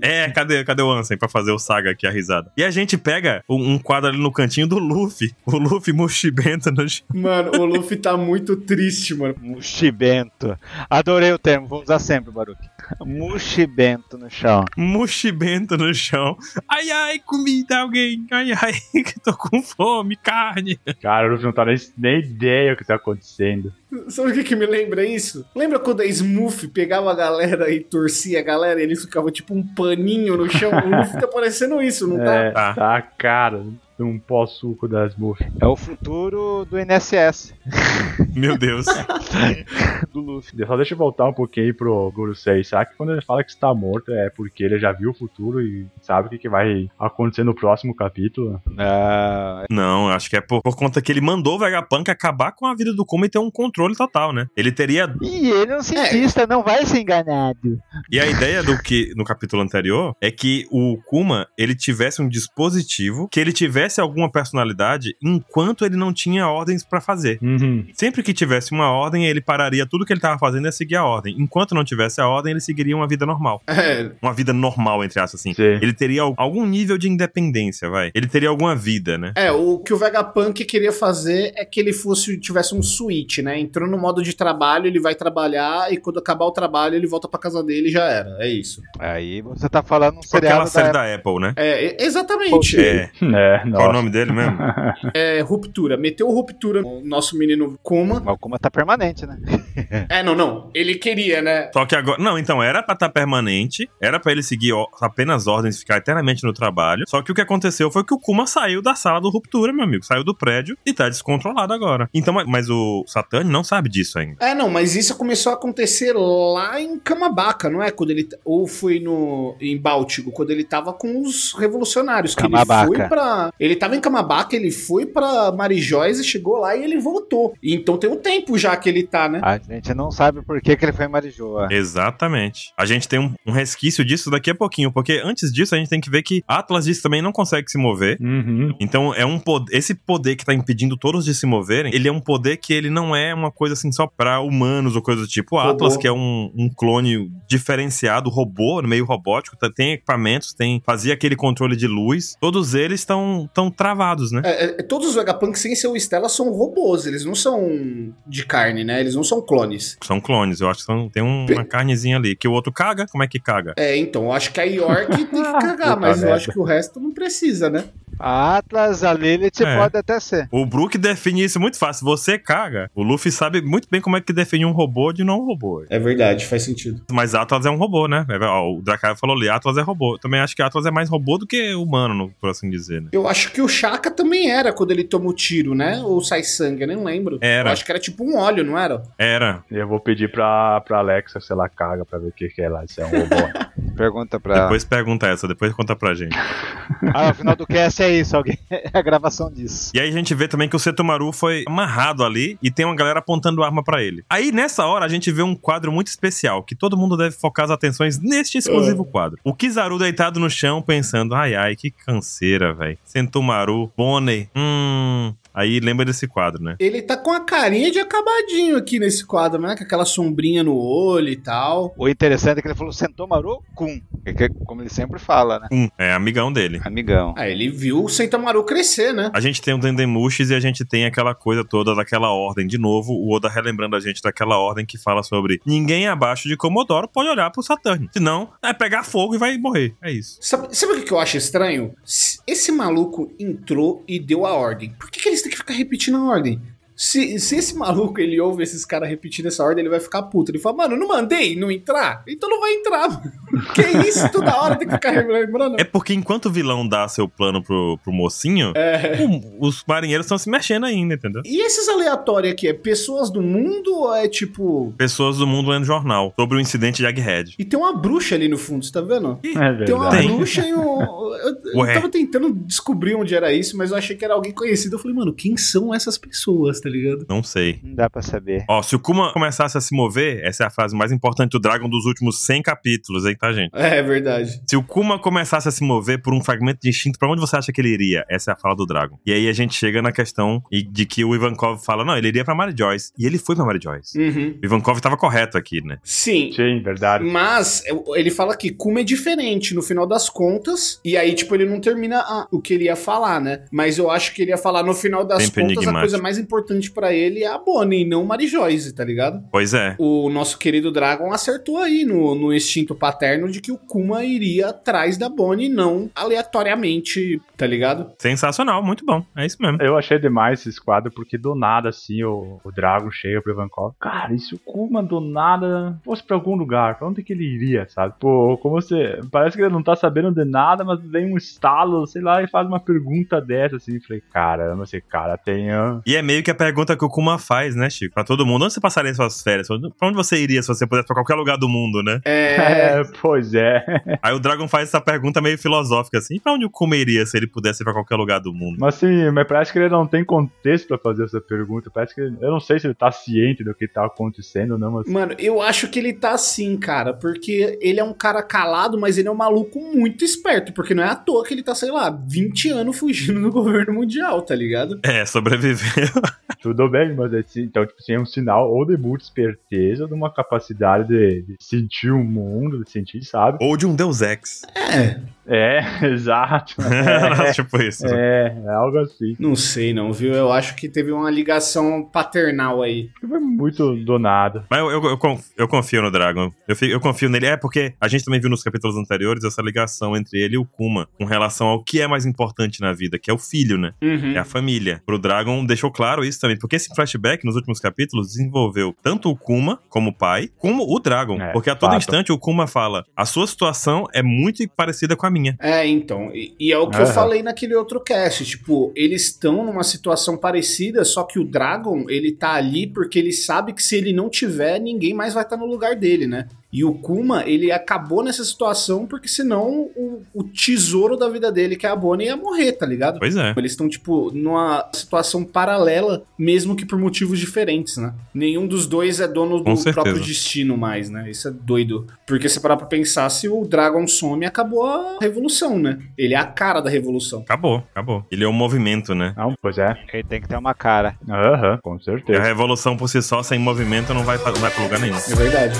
É, cadê, cadê o Ansem pra fazer o saga aqui, a risada? E a gente pega um, um quadro ali no cantinho do Luffy, o Luffy mochibento no chão. Mano, o Luffy tá muito triste, mano. Muxibento. Adorei o termo, vou usar sempre, Baruque. Muxibento no chão. mochibento no chão. Ai, ai, comida, alguém, ai, ai, que tô com fome, carne. Cara, o Luffy não tá nem, nem ideia o que tá acontecendo. Sabe o que, que me lembra isso? Lembra quando a Smurf pegava a galera e torcia a galera e ele ficava tipo um paninho no chão? O Luffy tá parecendo isso, não tá? É, Tá. tá, cara. Um pó-suco das murchas. É o futuro do INSS, Meu Deus. do Luffy. Só deixa eu voltar um pouquinho aí pro Gorosei Saki. Quando ele fala que está morto, é porque ele já viu o futuro e sabe o que, que vai acontecer no próximo capítulo. Ah, Não, eu acho que é por, por conta que ele mandou o Vegapunk acabar com a vida do Kuma e ter um controle total, né? Ele teria. e ele é um cientista, não vai ser enganado. E a ideia do que no capítulo anterior é que o Kuma ele tivesse um Uhum. dispositivo que ele tivesse alguma personalidade enquanto ele não tinha ordens pra fazer. Sempre Sempre que tivesse uma ordem, ele pararia tudo que ele tava fazendo e ia seguir a ordem. Enquanto não tivesse a ordem, ele seguiria uma vida normal. É, Uma vida normal, entre aspas, assim. Sim. Ele teria al- algum nível de independência, vai. Ele teria alguma vida, né? é, o que o Vegapunk queria fazer é que ele fosse tivesse um switch, né? Entrou no modo de trabalho, ele vai trabalhar e quando acabar o trabalho, ele volta pra casa dele e já era. É isso. Aí você tá falando um Com aquela seriado série da... da Apple, né? É, e- exatamente. É. É, Qual é o nossa. nome dele mesmo? É, ruptura. Meteu ruptura no nosso menino Kuma. Malcoma tá permanente, né? É, não, não. Ele queria, né? Só que agora. Não, então era pra estar permanente, era pra ele seguir ó, apenas ordens, ficar eternamente no trabalho. Só que o que aconteceu foi que o Kuma saiu da sala do Ruptura, meu amigo. Saiu do prédio e tá descontrolado agora. Então, mas- mas o Satani não sabe disso ainda. É, não, mas isso começou a acontecer lá em Camabaca, não é? Quando ele ou foi no em Báltico, quando ele tava com os revolucionários que Camabaca. ele foi pra. ele tava em Camabaca, ele foi pra Marijóis e chegou lá e ele voltou. E Então tem um tempo já que ele tá, É. né? A gente não sabe por que, que ele foi em Marijoa. Exatamente. A gente tem um, um resquício disso daqui a pouquinho, porque antes disso a gente tem que ver que Atlas disso também não consegue se mover. Uhum. Então é um poder, esse poder que tá impedindo todos de se moverem, ele é um poder que ele não é uma coisa assim só pra humanos ou coisa do tipo. O Robô. Atlas, que é um, um clone diferenciado, robô, meio robótico, tá- tem equipamentos, tem fazia aquele controle de luz. Todos eles estão tão travados, né? É, é, todos os Vegapunks sem seu Estela são robôs, eles não são de carne, né? Eles não são clones. São clones, eu acho que são, tem um- uma carnezinha ali. Que o outro caga? Como é que caga? É, então, eu acho que a York tem que cagar, Puta mas eu merda. acho que o resto não precisa, né? A Atlas, a Lilith É. pode até ser. O Brook define isso muito fácil. Você caga. O Luffy sabe muito bem como é que define um robô de não robô. É verdade, faz sentido. Mas Atlas é um robô, né? É, ó, O Dracarys falou ali, Atlas é robô. Eu também acho que Atlas é mais robô do que humano, no- por assim dizer, né? Eu acho que o Chaka também era quando ele toma o tiro, né? Ou sai sangue, eu nem lembro. Era. Eu acho que era tipo um óleo, não era? Era. Eu vou pedir pra, pra Alexa se ela caga pra ver o que, que é lá, se é um robô. Pergunta pra. Depois pergunta essa, depois conta pra gente. Ah, o final do cast é isso, alguém. É a gravação disso. E aí a gente vê também que o Setomaru foi amarrado ali e tem uma galera apontando arma pra ele. Aí nessa hora a gente vê um quadro muito especial, que todo mundo deve focar as atenções neste exclusivo quadro. O Kizaru deitado no chão pensando, ai ai, que canseira, velho. Sentomaru, Bonnie, hum... Aí lembra desse quadro, né? Ele tá com a carinha de acabadinho aqui nesse quadro, né? Com aquela sombrinha no olho e tal. O interessante é que ele falou Sentomaru Kun. que é como ele sempre fala, né? Hum, é amigão dele. Amigão. Ah, ele viu o Sentamaru crescer, né? A gente tem o Dendemushis e a gente tem aquela coisa toda daquela ordem. De novo, o Oda relembrando a gente daquela ordem que fala sobre ninguém abaixo de Comodoro pode olhar pro Saturn. Senão, é pegar fogo e vai morrer. É isso. Sabe, sabe o que que eu acho estranho? S- Esse maluco entrou e deu a ordem. Por que, que eles têm que ficar repetindo a ordem? Se, se esse maluco ele ouve esses caras repetindo essa ordem, ele vai ficar puto. Ele fala, mano, não mandei não entrar? Então não vai entrar, mano. Que isso, toda hora tem que ficar lembrando. É porque enquanto o vilão dá seu plano pro, pro mocinho, É. o- os marinheiros estão se mexendo ainda, entendeu? E esses aleatórios aqui? É pessoas do mundo ou é tipo. Pessoas do mundo lendo jornal sobre o incidente de Egghead. E tem uma bruxa ali no fundo, você tá vendo? É Tem uma Tem. verdade. bruxa e um. Eu, eu Ué. tava tentando descobrir onde era isso, mas eu achei que era alguém conhecido. Eu falei, mano, quem são essas pessoas, tá ligado? Não sei. Não dá pra saber. Ó, se o Kuma começasse a se mover, essa é a frase mais importante do Dragon dos últimos 100 capítulos, hein, tá, gente? É verdade. Se o Kuma começasse a se mover por um fragmento de instinto, pra onde você acha que ele iria? Essa é a fala do Dragon. E aí a gente chega na questão e- de que o Ivankov fala, não, ele iria pra Mary Joyce. E ele foi pra Mary Joyce. Uhum. O Ivankov tava correto aqui, né? Sim. Sim, verdade. Mas eu- ele fala que Kuma é diferente no final das contas, e aí, tipo, ele não termina a- o que ele ia falar, né? Mas eu acho que ele ia falar no final das Sempre contas, a enigmático. coisa mais importante pra ele é a Bonnie, e não o Mary Joyce, tá ligado? Pois é. O nosso querido Dragon acertou aí no, no instinto paterno de que o Kuma iria atrás da Bonnie, não aleatoriamente, tá ligado? Sensacional, muito bom. É isso mesmo. Eu achei demais esse quadro, porque do nada, assim, o, o Dragon chega pro Ivankov. Cara, e se o Kuma do nada fosse pra algum lugar? Pra onde que ele iria, sabe? Pô, como você. Parece que ele não tá sabendo de nada, mas vem um estalo, sei lá, e faz uma pergunta dessa, assim. Falei, caramba, esse cara tem. ah, E é meio que a pergunta que o Kuma faz, né, Chico? Pra todo mundo. Onde você passaria suas férias? Pra onde você iria se você pudesse pra qualquer lugar do mundo, né? É. É, pois é. Aí o Dragon faz essa pergunta meio filosófica, assim. E pra onde o Kuma iria se ele pudesse ir pra qualquer lugar do mundo? Mas assim, mas parece que ele não tem contexto pra fazer essa pergunta. Parece que ele- eu não sei se ele tá ciente do que tá acontecendo, não, mas. Mano, eu acho que ele tá assim, cara, porque ele é um cara calado, mas ele é um maluco muito esperto, porque não é à toa que ele tá, sei lá, 20 anos fugindo do governo mundial, tá ligado? É, sobreviveu. Tudo bem, mas assim, então, tipo assim, é um sinal ou de muita esperteza, ou de uma capacidade de, de sentir o mundo, de sentir, sabe? Ou de um Deus Ex. É, É, exato. É, tipo isso. é, é algo assim. não sei não, viu? Eu acho que teve uma ligação paternal aí. Porque Foi muito do nada. Mas eu, eu, eu conf- eu confio no Dragon. Eu, fi- eu confio nele. É porque a gente também viu nos capítulos anteriores essa ligação entre ele e o Kuma com relação ao que é mais importante na vida, que é o filho, né? Uhum. É a família. Pro Dragon deixou claro isso também, porque esse flashback nos últimos capítulos desenvolveu tanto o Kuma como o pai, como o Dragon. É, porque a todo fato. instante o Kuma fala: a sua situação é muito parecida com a minha. É, então, e, e é o que eu Aham. falei naquele outro cast, tipo, eles estão numa situação parecida, só que o Dragon, ele tá ali porque ele sabe que se ele não tiver, ninguém mais vai estar no lugar dele, né? E o Kuma, ele acabou nessa situação porque senão o, o tesouro da vida dele, que é a Bonnie, ia morrer, tá ligado? Pois é. Eles estão, tipo, numa situação paralela, mesmo que por motivos diferentes, né? Nenhum dos dois é dono Com do certeza. próprio destino mais, né? Isso é doido. Porque se parar pra pensar, se o Dragon some, acabou a revolução, né? Ele é a cara da revolução. Acabou, acabou. Ele é um movimento, né? Não, pois é. Ele tem que ter uma cara. Aham, com E a certeza. revolução por si só, sem movimento, não vai, pra- não vai pra lugar nenhum. É verdade.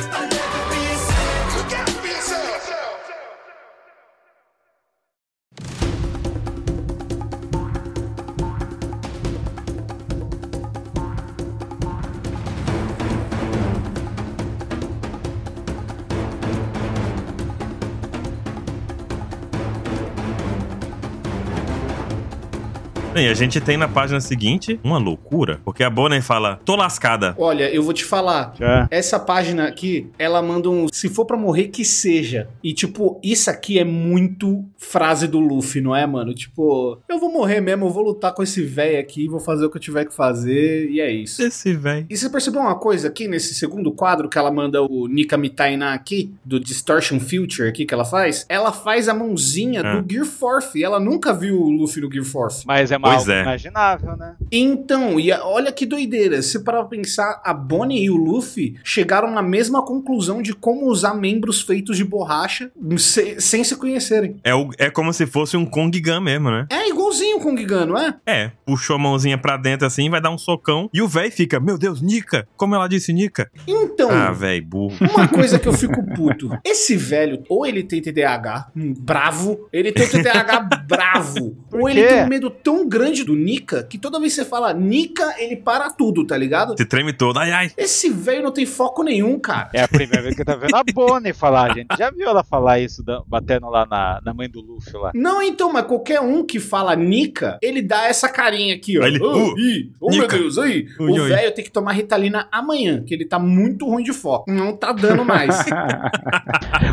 E a gente tem na página seguinte uma loucura, porque a Bonnie fala: tô lascada. Olha, eu vou te falar. É. Já. Essa página aqui, ela manda um se for pra morrer, que seja. E, tipo, isso aqui é muito frase do Luffy, não é, mano? Tipo, eu vou morrer mesmo, eu vou lutar com esse velho aqui, vou fazer o que eu tiver que fazer, e é isso. Esse véi. E você percebeu uma coisa aqui nesse segundo quadro que ela manda o Nika Mitaina aqui, do Distortion Future aqui que ela faz? Ela faz a mãozinha Ah. do Gear Forth. e Ela nunca viu o Luffy no Gear Forth. Mas é uma Pois algo é. imaginável, né? Então, e a- olha que doideira. Se parar pra pensar, a Bonnie e o Luffy chegaram na mesma conclusão de como usar membros feitos de borracha se- sem se conhecerem. É, o- é como se fosse um Kong Gun mesmo, né? É igualzinho com o Gigan, não é? É, puxou a mãozinha pra dentro assim, vai dar um socão. E o véi fica: Meu Deus, Nika! Como ela disse, Nika? Então. Ah, véi, burro. Uma coisa que eu fico puto. Esse velho, ou ele tem TDAH hum, bravo, ele tem o TDAH bravo, ou ele quê? tem um medo tão grande do Nika que toda vez que você fala Nika, ele para tudo, tá ligado? Se treme todo. Ai, ai. Esse velho não tem foco nenhum, cara. É a primeira vez que eu tô vendo a Bonnie falar, gente. Já viu ela falar isso, da- batendo lá na, na mãe do Luffy lá? Não, então, mas qualquer um que fala Nika, ele dá essa carinha aqui, ó. Aí ele, oh, uh, ih, oh meu Nika. Deus, aí. Ui, o ui. velho tem que tomar Ritalina amanhã, que ele tá muito ruim de foco. Não tá dando mais.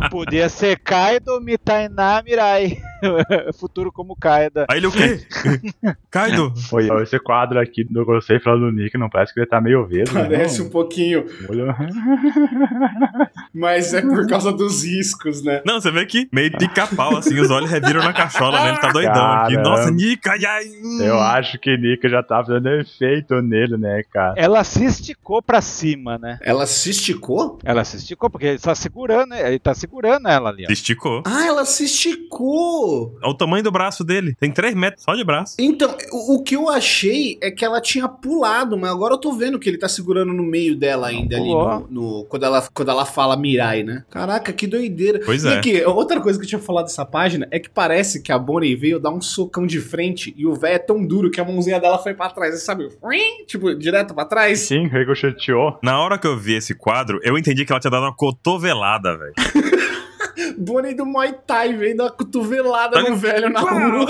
Podia ser Kaido Mitainá Mirai. Futuro como Kaida. Aí ele o quê? Kaido? Foi esse quadro aqui do Gostei falando do Nick, não parece que ele tá meio verde. Parece um pouquinho, um olho. mas é por causa dos riscos, né? Não, você vê que meio pica-pau, assim, os olhos reviram na cachola, né? Ele tá doidão aqui. Caramba. Nossa, Nika, ai, ai. hum. Eu acho que Nick já tá fazendo efeito nele, né, cara? Ela se esticou pra cima, né? Ela se esticou? Ela se esticou, porque ele tá segurando, ele tá segurando ela ali, ó. Se esticou. Ah, ela se esticou! Olha o tamanho do braço dele. Tem 3 metros só de braço. Então, o, o que eu achei é que ela tinha pulado, mas agora eu tô vendo que ele tá segurando no meio dela ainda ali, pulou. no, no- quando, ela, quando ela fala Mirai, né? Caraca, que doideira. Pois e é. aqui, outra coisa que eu tinha falado dessa página é que parece que a Bonnie veio dar um socão de frente e o véio é tão duro que a mãozinha dela foi pra trás, sabe? Uim, Tipo, direto pra trás. Sim, ricocheteou. Na hora que eu vi esse quadro, eu entendi que ela tinha dado uma cotovelada, velho. Bonnie do Muay Thai veio dar uma cotovelada no velho na rua.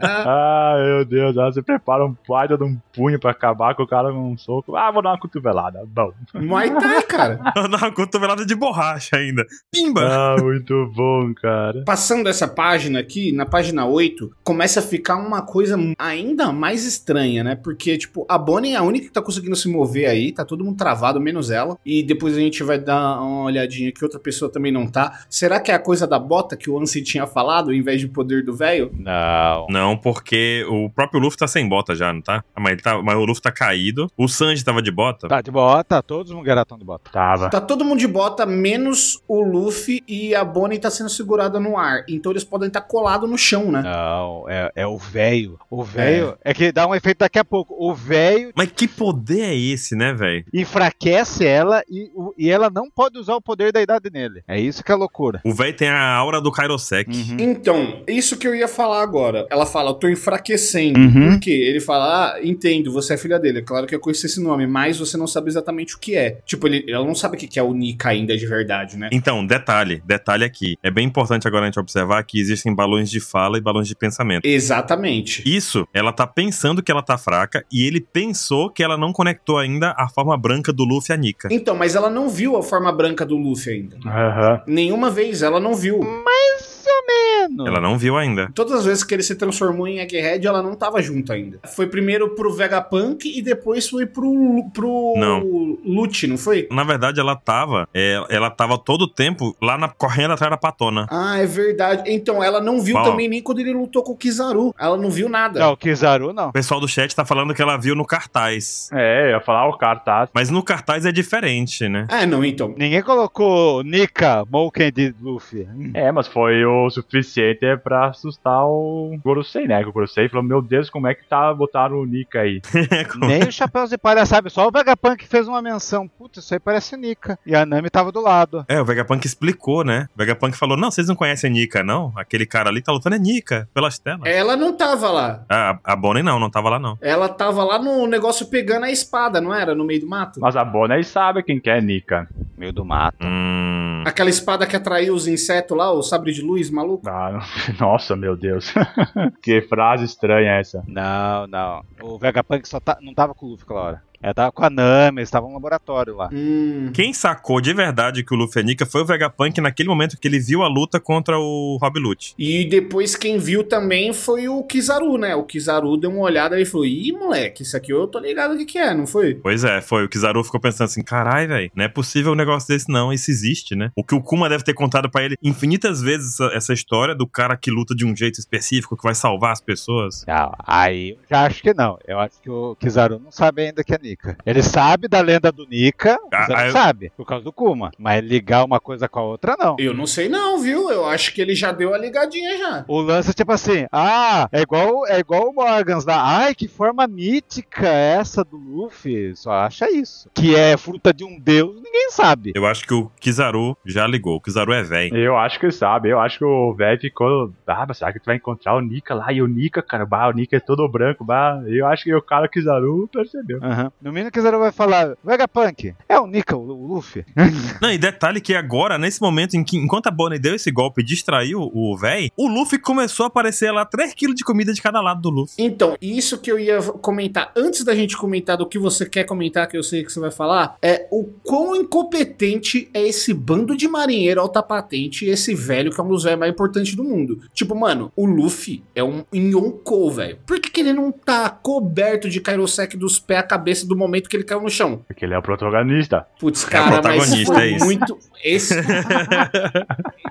Ah, meu Deus, ela se prepara um baita de um punho pra acabar com o cara com um soco. Ah, vou dar uma cotovelada. Bom. Muay Thai, cara. Ela dá uma cotovelada de borracha ainda. Pimba! Ah, muito bom, cara. Passando essa página aqui, na página 8, começa a ficar uma coisa ainda mais estranha, né? Porque, tipo, a Bonnie é a única que tá conseguindo se mover aí, tá todo mundo travado, menos ela. E depois a gente vai dar uma olhadinha que outra pessoa também não tá? Será que é a coisa da bota que o Ansem tinha falado, em vez de poder do velho? Não. Não, porque o próprio Luffy tá sem bota já, não tá? Ah, Mas, ele tá- mas o Luffy tá caído. O Sanji tava de bota. Tá de bota, todos os Mugerá estão de bota. Tava. Tá todo mundo de bota, menos o Luffy e a Bonnie tá sendo segurada no ar. Então eles podem estar colados no chão, né? Não, é, é o velho. O velho é. que dá um efeito daqui a pouco. O velho Mas que poder é esse, né, velho? enfraquece ela e, o- e ela não pode usar o poder da idade nele. É isso que é loucura. O velho tem a aura do Kairosek. Uhum. Então, isso que eu ia falar agora. Ela fala, eu tô enfraquecendo. Por quê? Ele fala, ah, entendo, você é filha dele. É Claro que eu conheço esse nome, mas você não sabe exatamente o que é. Tipo, ele, ela não sabe o que que é o Nika ainda de verdade, né? Então, detalhe, detalhe aqui. É bem importante agora a gente observar que existem balões de fala e balões de pensamento. Exatamente. Isso, ela tá pensando que ela tá fraca e ele pensou que ela não conectou ainda a forma branca do Luffy à Nika. Então, mas ela não viu a forma branca do Luffy ainda. Aham. Nenhuma vez, ela não viu. Mano. Ela não viu ainda. Todas as vezes que ele se transformou em Egghead, ela não tava junto ainda. Foi primeiro pro Vegapunk e depois foi pro, Lu- pro Não. Lute, não foi? Na verdade, ela tava, é, ela tava todo o tempo lá na, correndo atrás da patona. Ah, é verdade. Então, ela não viu Bom. também nem quando ele lutou com o Kizaru. Ela não viu nada. Não, o Kizaru não. O pessoal do chat tá falando que ela viu no cartaz. É, eu ia falar o cartaz. Mas no cartaz é diferente, né? Ah, não, então. Ninguém colocou Nika, Mouken de Luffy. É, mas foi o suficiente pra assustar o Gorosei, né? Que o Gorosei falou, meu Deus, como é que tá botaram o Nika aí? É Nem o Chapéu de Palha sabe, só o Vegapunk fez uma menção. Puta, isso aí parece Nika. E a Nami tava do lado. É, o Vegapunk explicou, né? O Vegapunk falou: não, vocês não conhecem a Nika, não? Aquele cara ali tá lutando é Nika, pelas telas. Ela não tava lá. Ah, a Bonnie não, não tava lá, não. Ela tava lá no negócio pegando a espada, não era? No meio do mato? Mas a Bonnie sabe quem que é Nika. Meio do mato. Hum. Aquela espada que atraiu os insetos lá, o sabre de luz, maluco? Ah, não- nossa, meu Deus. que frase estranha essa. Não, não. O Vegapunk só tá, não tava com o Luffy aquela hora. Ela tava com a Nami, eles estavam no laboratório lá. Hum. Quem sacou de verdade que o Luffy é Nika foi o Vegapunk naquele momento que ele viu a luta contra o Rob Lute. E depois quem viu também foi o Kizaru, né? O Kizaru deu uma olhada e falou: Ih, moleque, isso aqui eu tô ligado o que, que é, não foi? Pois é, foi. O Kizaru ficou pensando assim: carai, velho, não é possível um negócio desse, não. Isso existe, né? O que o Kuma deve ter contado pra ele infinitas vezes essa, essa história do cara que luta de um jeito específico, que vai salvar as pessoas. Não, aí eu já acho que não. Eu acho que o Kizaru não sabe ainda que é Nika. Ele sabe da lenda do Nika, o Ah, Kizaru ah, eu- sabe, por causa do Kuma. Mas ligar uma coisa com a outra, não. Eu não sei, não, viu? Eu acho que ele já deu a ligadinha já. O lance é tipo assim, ah, é igual, é igual o Morgans lá. Ai, que forma mítica essa do Luffy. Só acha isso. Que é fruta de um deus, ninguém sabe. Eu acho que o Kizaru já ligou. O Kizaru é velho. Eu acho que sabe, eu acho que o velho ficou. Ah, mas será que tu vai encontrar o Nika lá? E o Nika, cara, bah, o Nika é todo branco, bah. Eu acho que o cara Kizaru percebeu. Aham. No mínimo que Zero vai falar, Vegapunk, é o Nika, o o Luffy. Não, e detalhe que agora, nesse momento em que, enquanto a Bonnie deu esse golpe e distraiu o véi, o Luffy começou a aparecer lá 3kg de comida de cada lado do Luffy. Então, isso que eu ia comentar, antes da gente comentar do que você quer comentar, que eu sei que você vai falar, é o quão incompetente é esse bando de marinheiro alta patente e esse velho que é um dos velhos mais importantes do mundo. Tipo, mano, o Luffy é um Yonkou, velho. Por que, que ele não tá coberto de Kairosek dos pés à cabeça do momento que ele caiu no chão? Porque ele é o protagonista. Putz, cara, mas É protagonista, foi é isso. muito. Esse...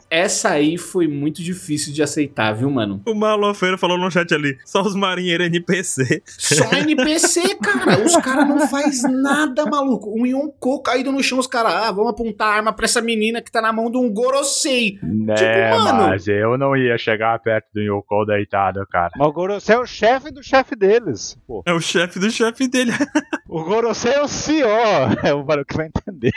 Essa aí foi muito difícil de aceitar, viu, mano? O malofeiro falou no chat ali: só os marinheiros NPC. Só NPC, cara. Os caras não faz nada, maluco. Um Yonko caído no chão, os caras, ah, vamos apontar a arma pra essa menina que tá na mão de um Gorosei. Tipo, Né, É, mano. mas eu não ia chegar perto do Yoko deitado, cara. Mas o Gorosei é o chefe do chefe deles. Pô. É o chefe do chefe dele. O Gorosei é o CEO. É o barulho que vai entender.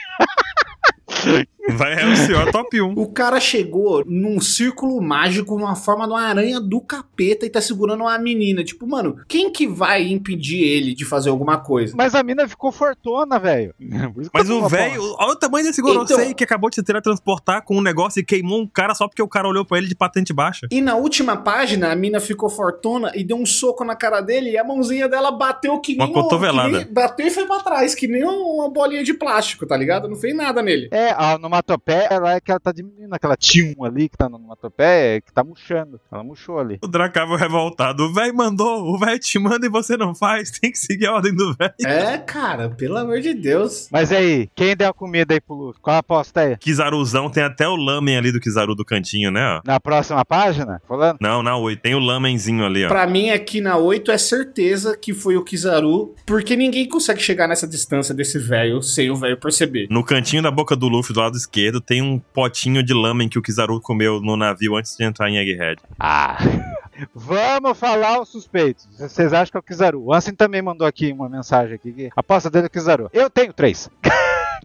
Vai, é o senhor top 1. O cara chegou num círculo mágico, numa forma de uma aranha do capeta e tá segurando uma menina. Tipo, mano, quem que vai impedir ele de fazer alguma coisa? Mas a mina ficou fortona, velho. Por isso que Mas eu tô o uma velho, porra. olha o tamanho desse Gorosei Então- que acabou de se teletransportar com um negócio e queimou um cara só porque o cara olhou pra ele de patente baixa. E na última página, a mina ficou fortona e deu um soco na cara dele e a mãozinha dela bateu que nem. Uma um- cotovelada. que nem- bateu e foi pra trás, que nem uma bolinha de plástico, tá ligado? Não fez nada nele. É, ah, numa onomatopeia ela é que ela tá diminuindo, aquela T1 ali que tá na onomatopeia, que tá murchando. Ela murchou ali. O Dracavo revoltado. O velho mandou, o velho te manda e você não faz. Tem que seguir a ordem do velho. É, cara, pelo amor de Deus. Mas aí, quem der a comida aí pro Luffy? Qual a aposta aí? Kizaruzão tem até o lamen ali do Kizaru do cantinho, né? ó. Na próxima página? Falando? Não, na 8. Tem o lamenzinho ali, ó. Pra mim, aqui na 8 é certeza que foi o Kizaru, porque ninguém consegue chegar nessa distância desse velho sem o velho perceber. No cantinho da boca do Luffy, do lado esquerdo, tem um potinho de lamen que o Kizaru comeu no navio antes de entrar em Egghead. Ah. Vamos falar os suspeitos. Vocês acham que é o Kizaru? O Ansem também mandou aqui uma mensagem aqui. que A aposta dele é o Kizaru. Eu tenho três.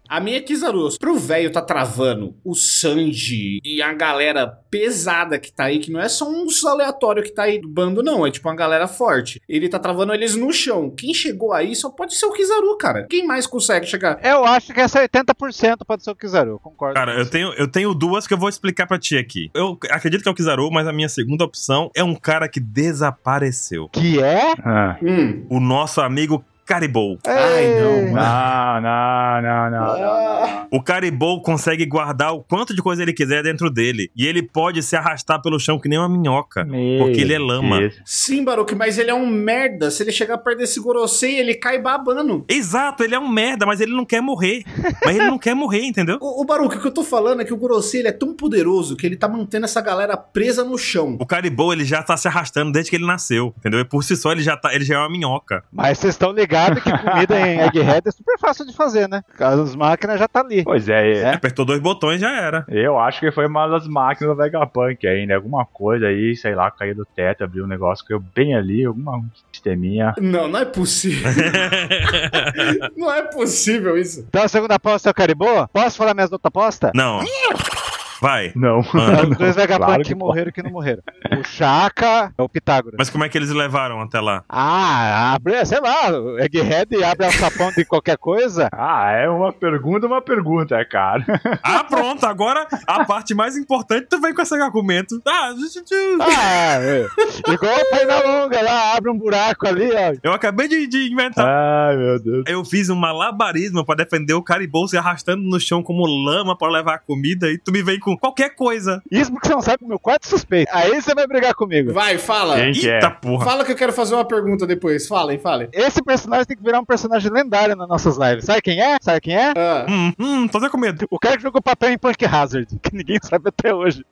A minha é Kizaru. Pro velho tá travando o Sanji e a galera pesada que tá aí, que não é só uns aleatórios que tá aí do bando, não. É tipo uma galera forte. Ele tá travando eles no chão. Quem chegou aí só pode ser o Kizaru, cara. Quem mais consegue chegar? Eu acho que essa é 80% pode ser o Kizaru. eu Concordo. Cara, com eu você. tenho, eu tenho duas que eu vou explicar pra ti aqui. Eu acredito que é o Kizaru, mas a minha segunda opção é um cara que desapareceu. Que é? Ah, Hum. O nosso amigo Caribou. Ai, não, mano. não, Ah, não, não, não. Ah, O Caribou consegue guardar o quanto de coisa ele quiser dentro dele. E ele pode se arrastar pelo chão que nem uma minhoca. Porque ele é lama. Deus. Sim, Baruque, mas ele é um merda. Se ele chegar perto desse Gorosei, ele cai babando. Exato, ele é um merda, mas ele não quer morrer. mas ele não quer morrer, entendeu? O, o Baruque, o que eu tô falando é que o Gorosei ele é tão poderoso que ele tá mantendo essa galera presa no chão. O Caribou, ele já tá se arrastando desde que ele nasceu, entendeu? E por si só, ele já, tá, ele já é uma minhoca. Mas vocês estão ligados que comida em Egghead é super fácil de fazer, né? As máquinas já tá ali. Pois é, É. Apertou dois botões, já era. eu acho que foi uma das máquinas da Vegapunk ainda. Alguma coisa aí, sei lá, caiu do teto, abriu um negócio, caiu bem ali, alguma sisteminha. Não, não é possível. não é possível isso. Então a segunda aposta é o Caribou? Posso falar minhas outra aposta? Não. Vai. Não. Ah, Os dois Vegapunk claro que que morreram e que não morreram. O Chaka é o Pitágoras. Mas como é que eles levaram até lá? Ah, abre, sei lá, o Egghead abre o sapão de qualquer coisa. Ah, é uma pergunta, uma pergunta, cara. Ah, pronto, agora a parte mais importante tu vem com esse argumento. Ah, Ah, é. igual o Pena Longa lá, abre um buraco ali, ó. eu acabei de, de inventar. Ai, meu Deus. Eu fiz um malabarismo pra defender o caribou se arrastando no chão como lama pra levar comida e tu me vem com qualquer coisa. Isso porque você não sabe o meu quarto suspeito. Aí você vai brigar comigo. Vai, fala. Quem que é? Eita porra. Fala que eu quero fazer uma pergunta depois. Falem, falem. Esse personagem tem que virar um personagem lendário nas nossas lives. Sabe quem é? Sabe quem é? Ah, Hum, hum, tô até com medo. O cara que jogou papel em Punk Hazard, que ninguém sabe até hoje.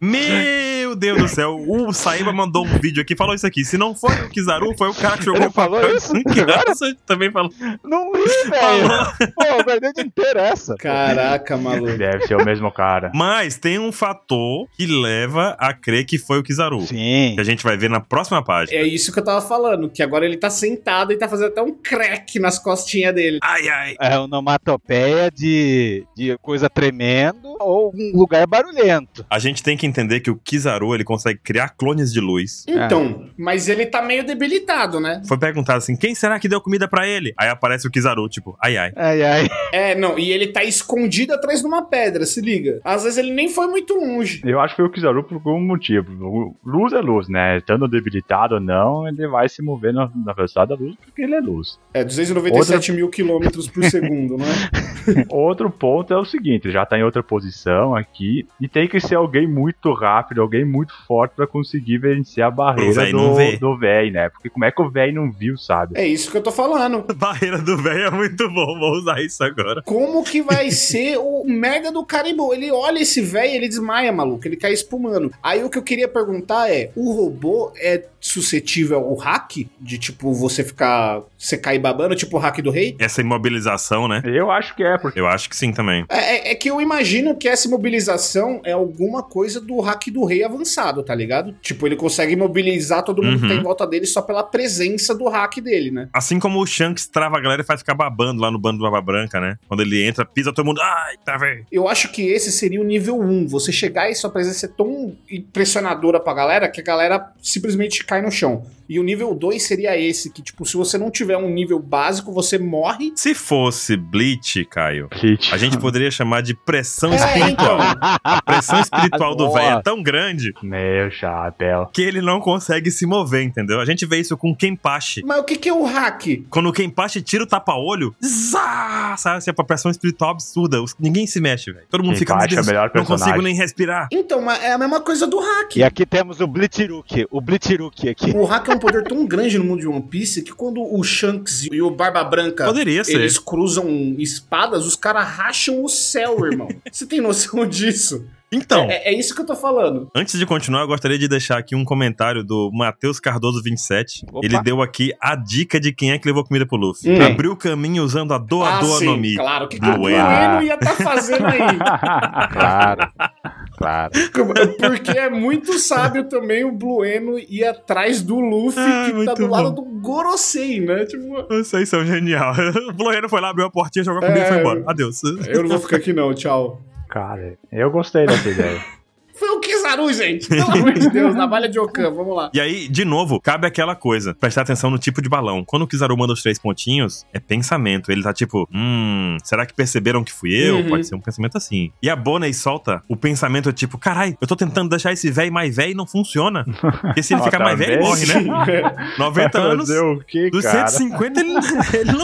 Meu Deus do céu, o Saíba mandou um vídeo aqui e falou isso aqui. Se não foi o Kizaru, foi o cara que jogou Ele falou papel. isso Que graça, também falou. Não ri, velho. Pô, eu perdi o dia inteiro essa. caraca, maluco. Deve ser o mesmo cara. Mas tem um fator que leva a crer que foi o Kizaru. Sim. Que a gente vai ver na próxima página. É isso que eu tava falando, que agora ele tá sentado e tá fazendo até um crack nas costinhas dele. Ai, ai. É onomatopeia de, de coisa tremendo ou um lugar barulhento. A gente tem que entender que o Kizaru, ele consegue criar clones de luz. Então, mas ele tá meio debilitado, né? Foi perguntado assim, quem será que deu comida pra ele? Aí aparece o Kizaru, tipo, ai, ai. Ai, ai. É, não, e ele tá escondido atrás de uma pedra, se liga. Às vezes ele nem foi muito longe. Eu acho que foi o Kizaru por algum motivo. Luz é luz, né? Estando debilitado ou não, ele vai se mover na, na velocidade da luz porque ele é luz. É, 297 mil quilômetros por segundo, né? Outro ponto é o seguinte: já tá em outra posição aqui e tem que ser alguém muito rápido, alguém muito forte pra conseguir vencer a barreira véi não ver. do, do véi, né? Porque como é que o véi não viu, sabe? É isso que eu tô falando. Barreira do velho é muito bom, vou usar isso agora. Como que vai ser o merda do Caribou? Ele olha esse velho, ele desmaia, maluco. Ele cai espumando. Aí o que eu queria perguntar é: o robô é suscetível ao hack? De tipo, você ficar. Você cair babando, tipo o hack do rei? Essa imobilização, né? Eu acho que é, porque Eu acho que sim também. É, é- é que eu imagino que essa mobilização é alguma coisa do hack do rei avançado, tá ligado? Tipo, ele consegue mobilizar todo mundo que tá Uhum. em volta dele só pela presença do hack dele, né? Assim como o Shanks trava a galera e faz ficar babando lá no bando do Barba Branca, né? Quando ele entra, pisa todo mundo. Ai, tá velho. Eu acho que esse seria o nível 1. Você chegar e sua presença é tão impressionadora pra galera que a galera simplesmente cai no chão. E o nível 2 seria esse, que, tipo, se você não tiver um nível básico, você morre. Se fosse Bleach, Caio, Kit. a gente poderia chamar de pressão É, espiritual. A pressão espiritual do Boa. velho é tão grande Meu chapéu. que ele não consegue se mover, entendeu? A gente vê isso com o Kenpachi. Mas o que, que é o hack? Quando o Kenpachi tira o tapa-olho, zá! Sabe assim, é uma pressão espiritual absurda. Os- Ninguém se mexe, velho. Todo mundo fica Kenpachi é o melhor Não consigo personagem." nem respirar. Então, mas é a mesma coisa do hack. E aqui temos o Blitziruki. O Blitziruki aqui. O hack é um poder tão grande no mundo de One Piece que quando o Shanks e o Barba Branca Poderia ser. É. eles cruzam espadas, os caras racham o céu, irmão. Você tem noção disso? Então, É, é isso que eu tô falando. Antes de continuar, eu gostaria de deixar aqui um comentário do Matheus Cardoso 27. Opa. Ele deu aqui a dica de quem é que levou comida pro Luffy. Hum. Abriu o caminho usando a doadora no Mi. Ah, claro. O que, que Bueno. o Bueno ia estar fazendo aí? Claro. Claro. Porque é muito sábio também o Blueno ir atrás do Luffy, Ah, que tá muito do lado bom. do Gorosei, né? Tipo, Vocês são é um genial. O Bloiano foi lá, abriu a portinha, jogou a comida É. e foi embora. Adeus. eu não vou ficar aqui não, tchau. Cara, eu gostei dessa ideia. Foi o Kizaru, gente. Pelo amor de Deus, navalha de Okan, vamos lá. E aí, de novo, cabe aquela coisa. Prestar atenção no tipo de balão. Quando o Kizaru manda os três pontinhos, é pensamento. Ele tá tipo, hum, será que perceberam que fui eu? Uhum. Pode ser um pensamento assim. E a Bonnie solta o pensamento é tipo, carai, eu tô tentando deixar esse velho mais velho e não funciona. Porque se ele Ah, ficar mais velho, ele morre, né? talvez. né? 90 Vai anos, fazer o quê, dos cara? 150 ele, ele não,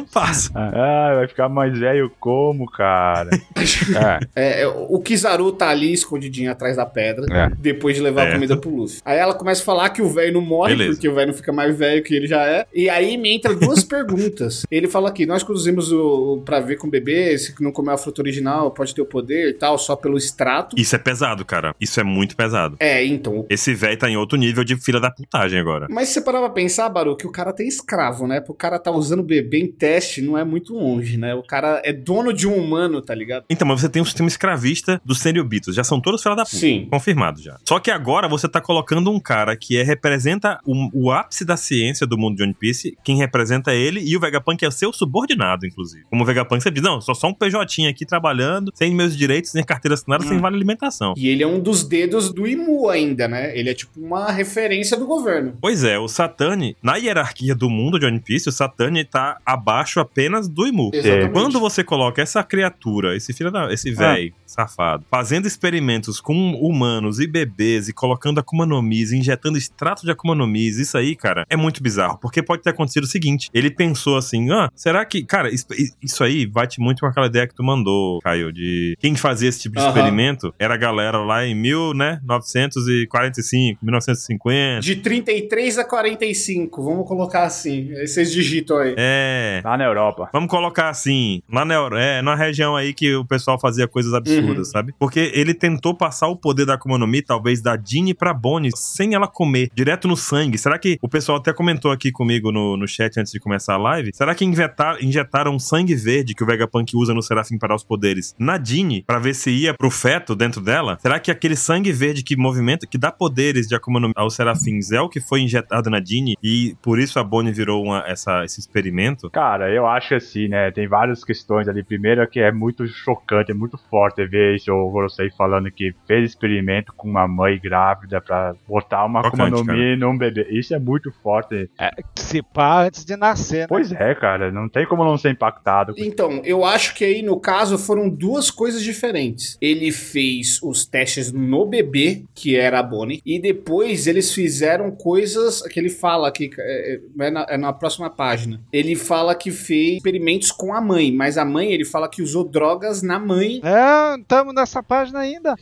não passa. Ah, vai ficar mais velho como, cara? É, É, é, o Kizaru tá ali escondidinho atrás da pedra, É. depois de levar a Certo. comida pro Luffy. Aí ela começa a falar que o velho não morre, Beleza. porque o velho não fica mais velho que ele já é. E aí me entra duas perguntas. Ele fala que nós cruzimos o, o pra ver com o bebê, se não comer a fruta original pode ter o poder e tal, só pelo extrato. Isso é pesado, cara. Isso é muito pesado. É, então. Esse velho tá em outro nível de fila da putagem agora. Mas se você parar pra pensar, Baru, que o cara tem escravo, né? Pro cara tá usando o bebê em teste, não é muito longe, né? O cara é dono de um humano, tá ligado? Então, mas você tem um sistema escravista dos Seniobitos. Já são todos fila da puta. Sim. Confirmado já. Só que agora você tá colocando um cara que é, representa o, o ápice da ciência do mundo de One Piece, quem representa ele, e o Vegapunk é seu subordinado, inclusive. Como o Vegapunk, você diz, não, sou só um PJ aqui trabalhando, sem meus direitos, sem carteira assinada, sem vale alimentação. E ele é um dos dedos do Imu ainda, né? Ele é tipo uma referência do governo. Pois é, o Satani, na hierarquia do mundo de One Piece, o Satani tá abaixo apenas do Imu. Exatamente. Ah. Quando você coloca essa criatura, esse filho da, esse velho safado, fazendo experimentos com humanos e bebês e colocando Akuma no Mis, injetando extrato de Akuma no Mis, isso aí, cara, é muito bizarro, porque pode ter acontecido o seguinte, ele pensou assim, ah, será que, cara, isso, isso aí bate muito com aquela ideia que tu mandou, Caio, de quem fazia esse tipo de Aham. experimento era a galera lá em né, 1945, 1950, De 33 a 45, vamos colocar assim. Aí vocês digitam aí. É. Lá Tá na Europa. Vamos colocar assim, lá na, Euro- é, na região aí que o pessoal fazia coisas absurdas, sabe? Porque ele tentou passar o poder da Akuma no Mi, talvez da Dini pra Bonnie, sem ela comer, direto no sangue. Será que o pessoal até comentou aqui comigo no, no chat antes de começar a live? Será que injetar- injetaram sangue verde que o Vegapunk usa no Serafim para os poderes na Dini pra ver se ia pro feto dentro dela? Será que aquele sangue verde que movimenta, que dá poderes de Akuma no Mi aos Serafins é o que foi injetado na Dini e por isso a Bonnie virou uma- essa- esse experimento? Cara, eu acho assim, né? Tem várias questões ali. Primeiro é que é muito chocante, é muito forte ver isso, o Gorosei falando que fez experimento com uma mãe grávida pra botar uma Akuma Chocante, no Mi num bebê. Isso é muito forte. se pá antes de nascer, né? Pois é, cara, não tem como não ser impactado. Então, eu acho que aí no caso foram duas coisas diferentes. Ele fez os testes no bebê, que era a Bonnie, e depois eles fizeram coisas que ele fala aqui, é, é- é na, é na próxima página. Ele fala que fez experimentos com a mãe, mas a mãe ele fala que usou drogas na mãe. Não, estamos nessa página ainda.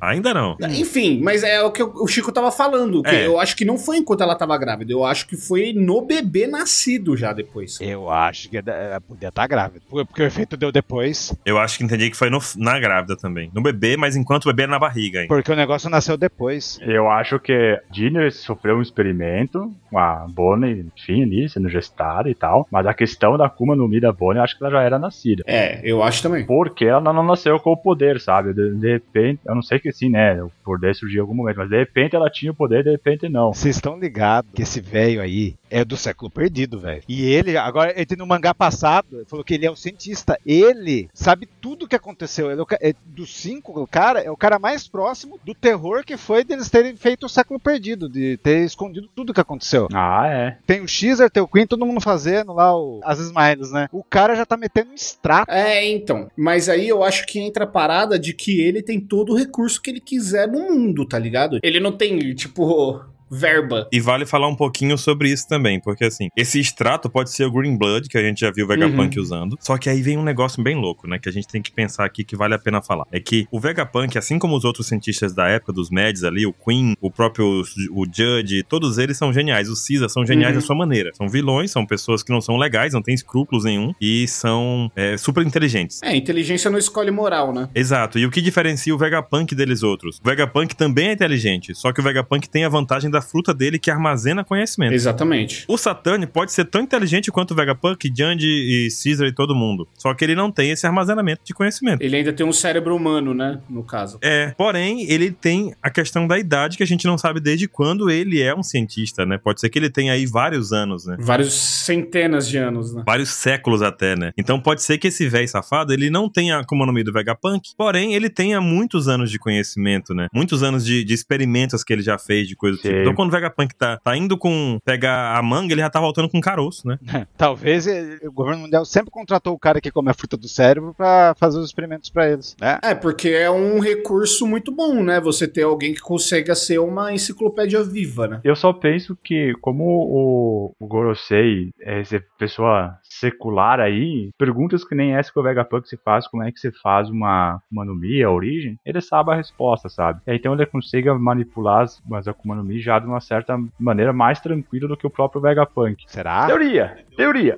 Ainda não. Enfim, mas é o que o Chico tava falando. que É. Eu acho que não foi enquanto ela tava grávida. Eu acho que foi no bebê nascido já depois. Eu acho que é- podia estar grávida. Por- Porque o efeito deu depois. Eu acho que entendi que foi no- na grávida também. No bebê, mas enquanto o bebê é na barriga ainda. Porque o negócio nasceu depois. Eu acho que Junior sofreu um experimento com a Bonnie, enfim, ali, sendo gestada e tal. Mas a questão da Akuma no Mi da Bonnie, eu acho que ela já era nascida. É, eu acho também. Porque ela não nasceu com o poder, sabe? De, de repente, eu não sei que sim, né? O poder surgiu em algum momento, mas de repente ela tinha o poder, de repente não. Vocês estão ligados que esse velho aí é do século perdido, velho. E ele, agora, ele no mangá passado, ele falou que ele é o cientista. Ele sabe tudo o que aconteceu. Ele é o ca- é, dos cinco, o cara é o cara mais próximo do terror que foi deles terem feito o século perdido, de ter escondido tudo o que aconteceu. Ah, é. Tem o Xer, tem o Queen, todo mundo fazendo lá o, as Smiles, né? O cara já tá metendo um extrato. É, então. Mas aí eu acho que entra a parada de que ele tem todo o recurso que ele quiser no mundo, tá ligado? Ele não tem, tipo, verba. E vale falar um pouquinho sobre isso também, porque assim, esse extrato pode ser o Green Blood, que a gente já viu o Vegapunk usando. Só que aí vem um negócio bem louco, né? Que a gente tem que pensar aqui que vale a pena falar. É que o Vegapunk, assim como os outros cientistas da época, dos Meds ali, o Queen, o próprio o Judge, todos eles são geniais. Os Caesar são geniais Uhum. da sua maneira. São vilões, são pessoas que não são legais, não têm escrúpulos nenhum e são é, super inteligentes. É, inteligência não escolhe moral, né? Exato. E o que diferencia o Vegapunk deles outros? O Vegapunk também é inteligente, só que o Vegapunk tem a vantagem da fruta dele que armazena conhecimento. Exatamente. O Satani pode ser tão inteligente quanto o Vegapunk, Jandy e Caesar e todo mundo. Só que ele não tem esse armazenamento de conhecimento. Ele ainda tem um cérebro humano, né? No caso. É, porém, ele tem a questão da idade que a gente não sabe desde quando ele é um cientista, né? Pode ser que ele tenha aí vários anos, né? Vários centenas de anos, né? Vários séculos até, né? Então pode ser que esse véi safado, ele não tenha como o nome do Vegapunk, porém ele tenha muitos anos de conhecimento, né? Muitos anos de, de experimentos que ele já fez, de coisa do Sim. tipo. Então quando o Vegapunk tá, tá indo com pegar a manga, ele já tá voltando com caroço, né? Talvez eh, o governo mundial sempre contratou o cara que come a fruta do cérebro pra fazer os experimentos pra eles, né? É, porque é um recurso muito bom, né? Você ter alguém que consiga ser uma enciclopédia viva, né? Eu só penso que, como o, o Gorosei é essa pessoa secular aí, perguntas que nem essa que o Vegapunk se faz, como é que você faz uma Akuma no Mi, a origem, ele sabe a resposta, sabe? E aí, Então ele consiga manipular as, as Akuma no Mi já de uma certa maneira mais tranquila do que o próprio Vegapunk. Será? Teoria, teoria.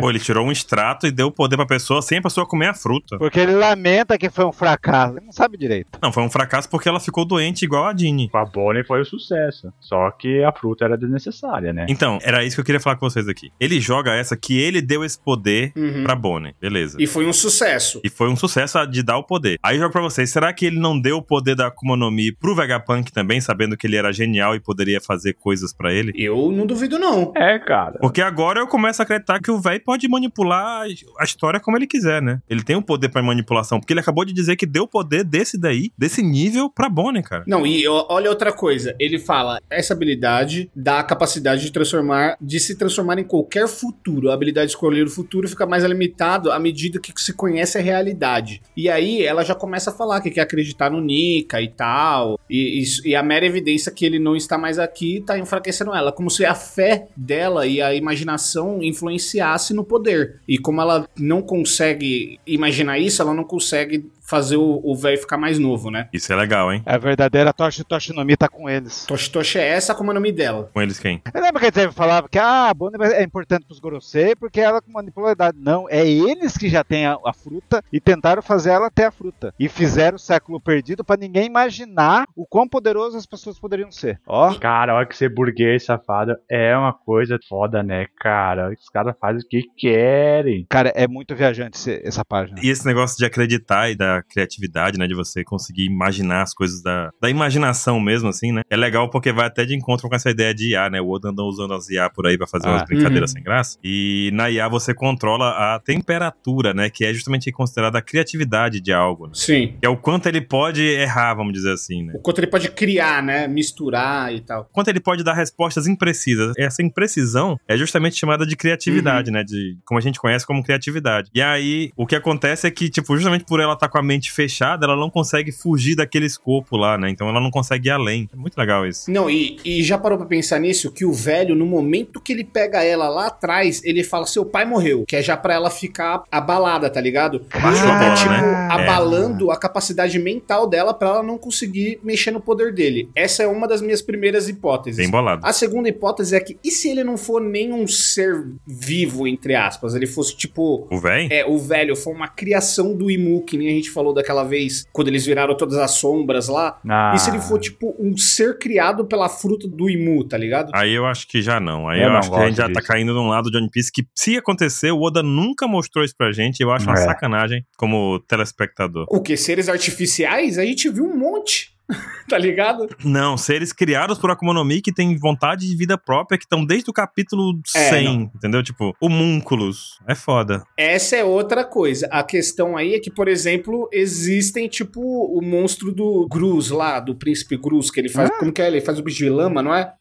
Pô, ele tirou um extrato e deu poder pra pessoa sem a pessoa comer a fruta. Porque ele lamenta que foi um fracasso. Ele não sabe direito. Não, foi um fracasso porque ela ficou doente igual a Dini. Com a Bonnie foi um sucesso, só que a fruta era desnecessária, né? Então, era isso que eu queria falar com vocês aqui. Ele joga essa que ele deu esse poder Uhum. pra Bonnie, beleza. E foi um sucesso. E foi um sucesso a- de dar o poder. Aí eu jogo pra vocês, será que ele não deu o poder da Akuma no Mi pro Vegapunk também, sabendo que ele era genial e poderia fazer coisas pra ele? Eu não duvido, não. É, cara. Porque agora eu começo a acreditar que o véi pode manipular a história como ele quiser, né? Ele tem o poder pra manipulação, porque ele acabou de dizer que deu o poder desse daí, desse nível pra Bonnie, cara. Não, e ó- olha outra coisa. Ele fala: essa habilidade dá a capacidade de transformar, de se transformar em qualquer futuro. A habilidade de escolher o futuro fica mais limitada à medida que se conhece a realidade. E aí ela já começa a falar que quer acreditar no Nika e tal. E, isso- e a mera evidência que ele não está mais aqui tá enfraquecendo ela. Como se a fé dela e a imaginação influenciasse no poder. E como ela não consegue imaginar isso, ela não consegue fazer o o velho ficar mais novo, né? Isso é legal, hein? A verdadeira Toshi Toshinomi tá com eles. Toshitoshi é essa, como é o nome dela? Com eles quem? Lembra que a gente falava que ah, a Bonnie é importante pros Gorosei porque ela com manipula a idade. Não, é eles que já têm a, a fruta e tentaram fazer ela ter a fruta. E fizeram o século perdido pra ninguém imaginar o quão poderoso as pessoas poderiam ser. Ó, Cara, olha que ser burguês safado é uma coisa foda, né, cara? Os caras fazem o que querem. cara, é muito viajante esse- essa página. E esse negócio de acreditar e da criatividade, né? De você conseguir imaginar as coisas da, da imaginação mesmo, assim, né? É legal porque vai até de encontro com essa ideia de IA, né? O Oda andou usando as IA por aí pra fazer Ah. umas brincadeiras sem graça. E na IA você controla a temperatura, né? Que é justamente considerada a criatividade de algo, né? Sim. Que é o quanto ele pode errar, vamos dizer assim, né? O quanto ele pode criar, né? Misturar e tal. O Quanto ele pode dar respostas imprecisas. Essa imprecisão é justamente chamada de Uhum. criatividade, né? De como a gente conhece como criatividade. E aí, o que acontece é que, tipo, justamente por ela estar com a mente fechada, ela não consegue fugir daquele escopo lá, né? Então ela não consegue ir além. É muito legal isso. Não, e, e já parou pra pensar nisso? Que o velho, no momento que ele pega ela lá atrás, ele fala: seu pai morreu. Que é já pra ela ficar abalada, tá ligado? Baixou a bola, tipo, né? abalando a capacidade mental dela pra ela não conseguir mexer no poder dele. Essa é uma das minhas primeiras hipóteses. Bem bolado. Ah, A segunda hipótese é que, e se ele não for nenhum ser vivo, entre aspas? Ele fosse tipo O véi? É, o velho foi uma criação do Imu, que nem a gente falou daquela vez, quando eles viraram todas as sombras lá. Ah, E se ele for, tipo, um ser criado pela fruta do Imu, tá ligado? Aí eu acho que já não. Aí Eu eu, não acho que a gente gosto já tá disso. caindo num lado de One Piece que, se acontecer, o Oda nunca mostrou isso pra gente. Eu acho uma É. sacanagem como telespectador. O que? Seres artificiais? A gente viu um monte. tá ligado? Não, seres criados por Akuma no Mi que têm vontade de vida própria, que estão desde o capítulo É, 100, entendeu? Tipo, homúnculos. É foda. Essa é outra coisa. A questão aí é que, por exemplo, existem, tipo, o monstro do Gruz lá, do príncipe Gruz, que ele faz. Como que é? Ele faz o bicho de lama, não é?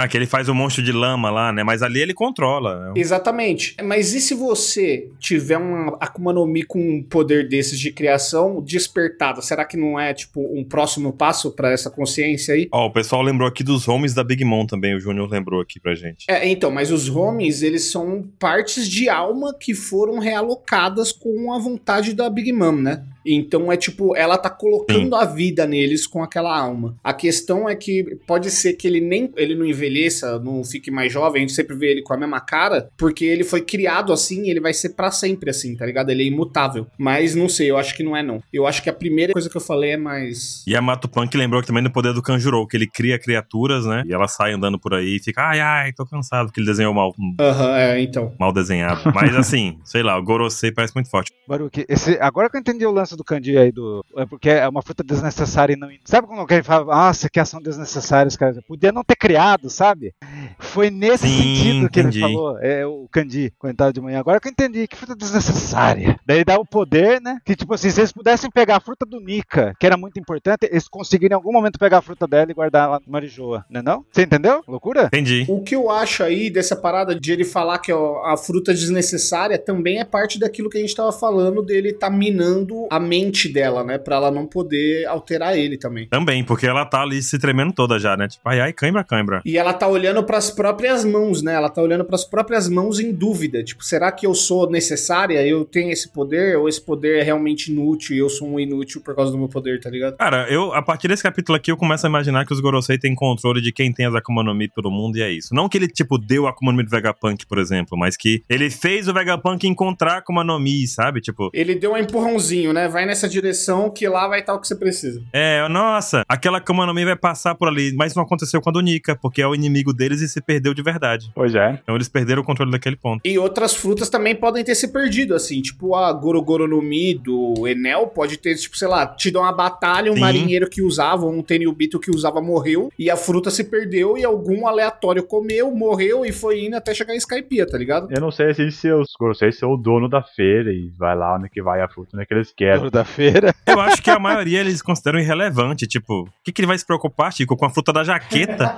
Ah, que ele faz um monstro de lama lá, né? Mas ali ele controla. né? Exatamente. Mas e se você tiver uma Akuma no Mi com um poder desses de criação despertada? Será que não é, tipo, um próximo passo pra essa consciência aí? Ó, o pessoal lembrou aqui dos homens da Big Mom também, o Júnior lembrou aqui pra gente. É, então, mas os homens, eles são partes de alma que foram realocadas com a vontade da Big Mom, né? Então é tipo, ela tá colocando a vida neles com aquela alma. A questão é que pode ser que ele nem ele não envelheça, não fique mais jovem, a gente sempre vê ele com a mesma cara, porque ele foi criado assim, ele vai ser pra sempre assim, tá ligado? Ele é imutável. Mas não sei, eu acho que não é não. Eu acho que a primeira coisa que eu falei é mais Yamato Punk lembrou que também do poder do Kanjuro, que ele cria criaturas, né? E ela sai andando por aí e fica, ai, ai, tô cansado, porque ele desenhou mal, Aham, é, então. mal desenhado. Mas assim, sei lá, o Gorosei parece muito forte. Baruque, esse, agora que eu entendi o lance do candy aí, do, é porque é uma fruta desnecessária e não. Sabe quando alguém fala, nossa, que ação desnecessária, esse cara podia não ter criado, sabe? Foi nesse Sim, sentido que entendi. ele falou, é, o candy, quando tava de manhã. Agora que eu entendi, que fruta desnecessária. Daí dá o poder, né? Que tipo assim, se eles pudessem pegar a fruta do Nika, que era muito importante, eles conseguiriam em algum momento pegar a fruta dela e guardar lá no Marijoa, né? Não? Você entendeu? Loucura? Entendi. O que eu acho aí dessa parada de ele falar que ó, a fruta desnecessária também é parte daquilo que a gente tava falando dele tá minando a mente dela, né? Pra ela não poder alterar ele também. Também, porque ela tá ali se tremendo toda já, né? Tipo, ai, ai, cãibra, cãibra. E ela tá olhando pras próprias mãos, né? Ela tá olhando pras próprias mãos em dúvida. Tipo, será que eu sou necessária? Eu tenho esse poder? Ou esse poder é realmente inútil e eu sou um inútil por causa do meu poder, tá ligado? Cara, eu, a partir desse capítulo aqui, eu começo a imaginar que os Gorosei têm controle de quem tem as Akuma no Mi pelo mundo e é isso. Não que ele, tipo, deu a Akuma no Mi do Vegapunk, por exemplo, mas que ele fez o Vegapunk encontrar a Akuma no Mi, sabe? Tipo, Ele deu um empurrãozinho, né? Vai nessa direção que lá vai estar o que você precisa. é, nossa, aquela Akuma no Mi vai passar por ali, mas não aconteceu com a do Nika, porque é o inimigo deles e se perdeu de verdade. Pois é. Então eles perderam o controle daquele ponto. E outras frutas também podem ter se perdido, assim, tipo a Gorogoro no Mi do Enel pode ter, tipo, sei lá, tido uma batalha, um Sim. marinheiro que usava, um Tenryubito que usava morreu, e a fruta se perdeu e algum aleatório comeu, morreu e foi indo até chegar em Skypiea, tá ligado? Eu não sei se seus Gorosei são o dono da feira e vai lá onde que vai a fruta, onde é que eles É. querem. Ouro da feira. Eu acho que a maioria eles consideram irrelevante, tipo, o que, que ele vai se preocupar, Chico, com a fruta da jaqueta?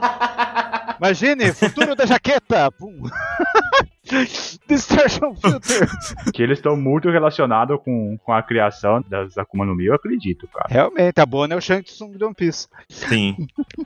Imagine, futuro da jaqueta! Pum! Distortion filter! Que eles estão muito relacionados com, com a criação das Akuma no Mi, eu acredito, cara. Realmente, a Bona é o Shang Tsung de One Piece. Sim.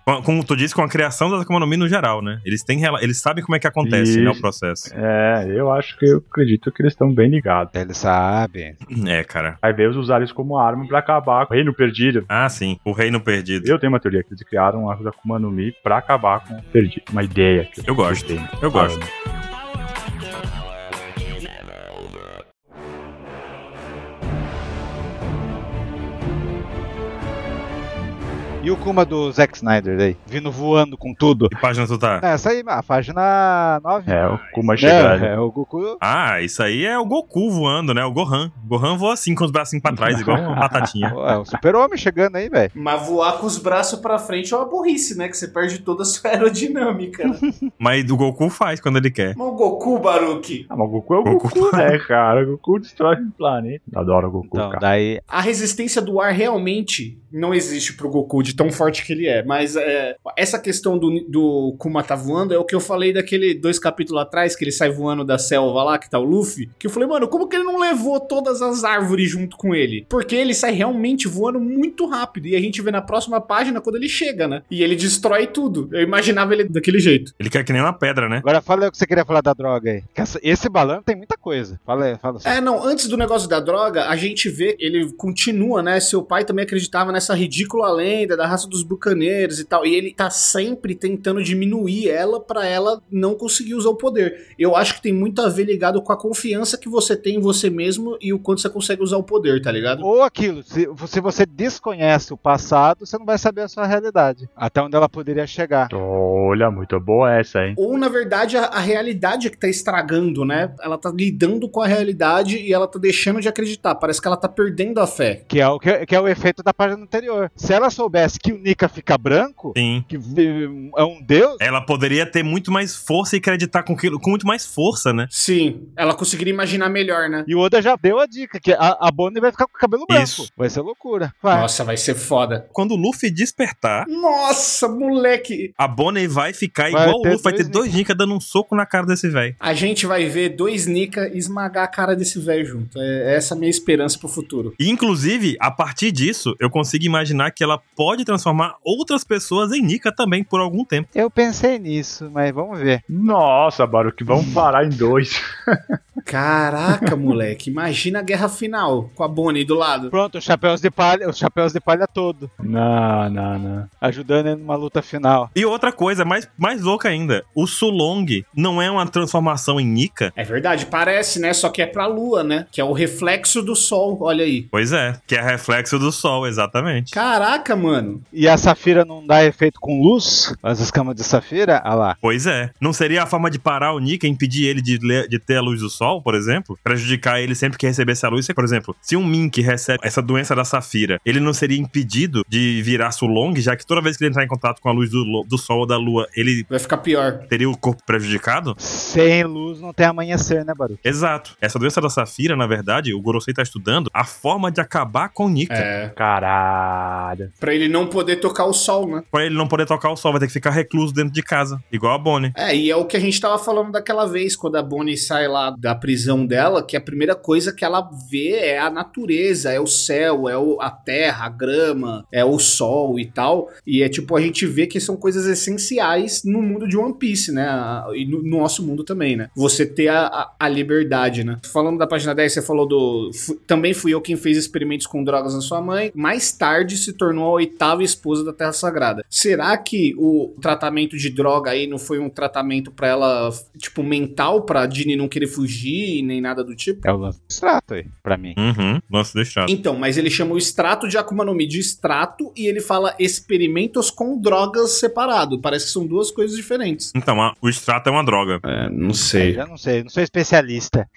Com- Como tu disse, com a criação das Akuma no Mi no geral, né? Eles têm, rela- eles sabem como é que acontece, né, o Isso. processo. É, eu acho que eu acredito que eles estão bem ligados. Ele sabe. É, cara. Aí veio usar isso como arma pra acabar com o reino perdido. Ah, sim. O reino perdido. Eu tenho uma teoria que eles criaram as Akuma no Mi pra acabar com o perdido. Uma ideia que Eu gosto. tenho. Eu gosto. E o Kuma do Zack Snyder daí? Vindo voando com tudo. É, Que página tu tá? Essa aí, a página 9. É, o Kuma chegando. É, o Goku. Ah, isso aí é o Goku voando, né? O Gohan. O Gohan voa assim com os bracinhos pra trás, igual uma batatinha. É o super-homem chegando aí, velho. Mas voar com os braços pra frente é uma burrice, né? Que você perde toda a sua aerodinâmica. né? Mas o Goku faz quando ele quer. Mas o Goku, Baruki. Ah, mas o Goku é o Goku. Goku, né, cara? O Goku destrói o planeta. Eu adoro o Goku, Então, cara. daí. A resistência do ar realmente não existe pro Goku, de tão forte que ele é. Mas é, essa questão do, do Kuma tá voando é o que eu falei daquele dois capítulos atrás, que ele sai voando da selva lá, que tá o Luffy. Que eu falei, mano, como que ele não levou todas as árvores junto com ele? Porque ele sai realmente voando muito rápido. E a gente vê na próxima página quando ele chega, né? E ele destrói tudo. Eu imaginava ele daquele jeito. Ele quer que nem uma pedra, né? Agora fala aí o que você queria falar da droga aí. Que essa- Esse balão tem muita coisa. Fala aí, fala assim. É, não, antes do negócio da droga, a gente vê, ele continua, né? Seu pai também acreditava nessa ridícula lenda da da raça dos bucaneiros e tal. E ele tá sempre tentando diminuir ela pra ela não conseguir usar o poder. Eu acho que tem muito a ver ligado com a confiança que você tem em você mesmo e o quanto você consegue usar o poder, tá ligado? Ou aquilo, se, se você desconhece o passado, você não vai saber a sua realidade. Até onde ela poderia chegar. Olha, muito boa essa, hein? Ou, na verdade, a, a realidade é que tá estragando, né? Ela tá lidando com a realidade e ela tá deixando de acreditar. Parece que ela tá perdendo a fé. Que é o, que, que é o efeito da página anterior. Se ela soubesse que o Nika fica branco, Sim. que vi- é um deus, Ela poderia ter muito mais força e acreditar com, aquilo- com muito mais força, né? Sim, ela conseguiria imaginar melhor, né? e o Oda já deu a dica que a, a Bonnie vai ficar com o cabelo branco. Isso. Vai ser loucura. Vai. Nossa, vai ser foda. Quando o Luffy despertar, Nossa, moleque! a Bonnie vai ficar Vai igual o ter Luffy, vai ter dois dois Nika dando um soco na cara desse velho. A gente vai ver dois Nika esmagar a cara desse velho junto. É essa a minha esperança pro futuro. E, inclusive, a partir disso, eu consigo imaginar que ela pode transformar outras pessoas em Nika também por algum tempo. Eu pensei nisso, mas vamos ver. Nossa, Baruque, vamos parar em dois. Caraca, moleque. Imagina a guerra final com a Bonnie do lado. Pronto, os chapéus de palha, os chapéus de palha todo, Não, não, não. ajudando ele numa luta final. E outra coisa, mais, mais louca ainda, o Sulong não é uma transformação em Nika? É verdade, parece, né? Só que é pra lua, né? Que é o reflexo do sol, olha aí. Pois é, que é reflexo do sol, exatamente. Caraca, mano. E a safira não dá efeito com luz? As escamas de safira? Ah lá. Pois é. Não seria a forma de parar o Nika, impedir ele de, le- de ter a luz do sol, por exemplo? Prejudicar ele sempre que recebesse a luz? Por exemplo, se um Mink recebe essa doença da Safira, ele não seria impedido de virar Sulong, já que toda vez que ele entrar em contato com a luz do, lo- do sol ou da lua, ele Vai ficar pior. teria o corpo prejudicado? Sem luz não tem amanhecer, né, Baru? Exato. Essa doença da Safira, na verdade, o Gorosei tá estudando a forma de acabar com o Nika. É. Caralho. Pra ele não poder tocar o sol, né? Pra ele não poder tocar o sol, vai ter que ficar recluso dentro de casa, igual a Bonnie. É, e é o que a gente tava falando daquela vez, quando a Bonnie sai lá da prisão dela, que a primeira coisa que ela vê é a natureza, é o céu, é o- a terra, a grama, é o sol e tal. E é tipo, a gente vê que são coisas essenciais no mundo de One Piece, né? A- E no no nosso mundo também, né? Você ter a, a, a liberdade, né? Falando da página 10, você falou do. fu- também fui eu quem fez experimentos com drogas na sua mãe. Mais tarde se tornou a oitava esposa da Terra Sagrada. Será que o tratamento de droga aí não foi um tratamento pra ela, tipo, mental, pra Dini não querer fugir nem nada do tipo? É o lance do extrato aí, pra mim. Uhum, lance do extrato. Então, mas ele chama o extrato de Akuma no Mi de extrato e ele fala experimentos com drogas separado. Parece que são duas coisas diferentes. Então, a- o extrato é uma droga. É, não Eu já não sei, não sou especialista.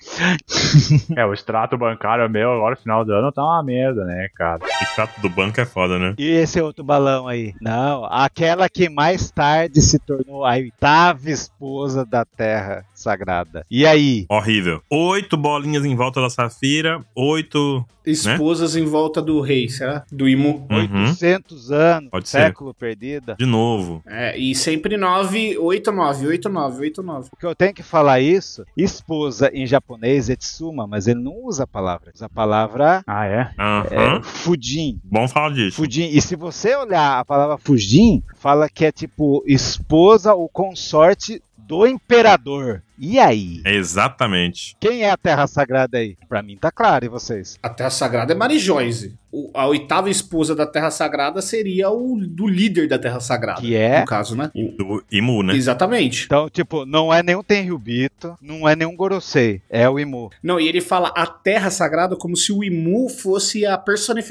É, o extrato bancário meu agora, final do ano, tá uma merda, né, cara? O extrato do banco é foda, né? E esse outro balão aí? Não, aquela que mais tarde se tornou a oitava esposa da Terra Sagrada. E aí? Horrível. Oito bolinhas em volta da Safira, oito. Esposas em volta do rei, será? Do Imu. Uhum. 800 anos, Pode ser. século perdida. De novo. É, e sempre 9, 8, 9, 8, 9, 8, 9. O que eu tenho que falar isso, esposa em japonês é tsuma, mas ele não usa a palavra. Usa a palavra Ah, é? Aham. é, fujin. Bom falar disso. Fujin. E se você olhar a palavra fujin, fala que é tipo esposa ou consorte do imperador. E aí? Exatamente. Quem é a terra sagrada aí? Pra mim tá claro, e vocês? A Terra Sagrada é Marijoise. O- A oitava esposa da Terra Sagrada seria o do líder da Terra Sagrada. Que é? No caso, né? Do Imu, né? Exatamente. Então, tipo, não é nenhum Tenryubito, não é nenhum Gorosei, é o Imu. Não, e ele fala a Terra Sagrada como se o Imu fosse a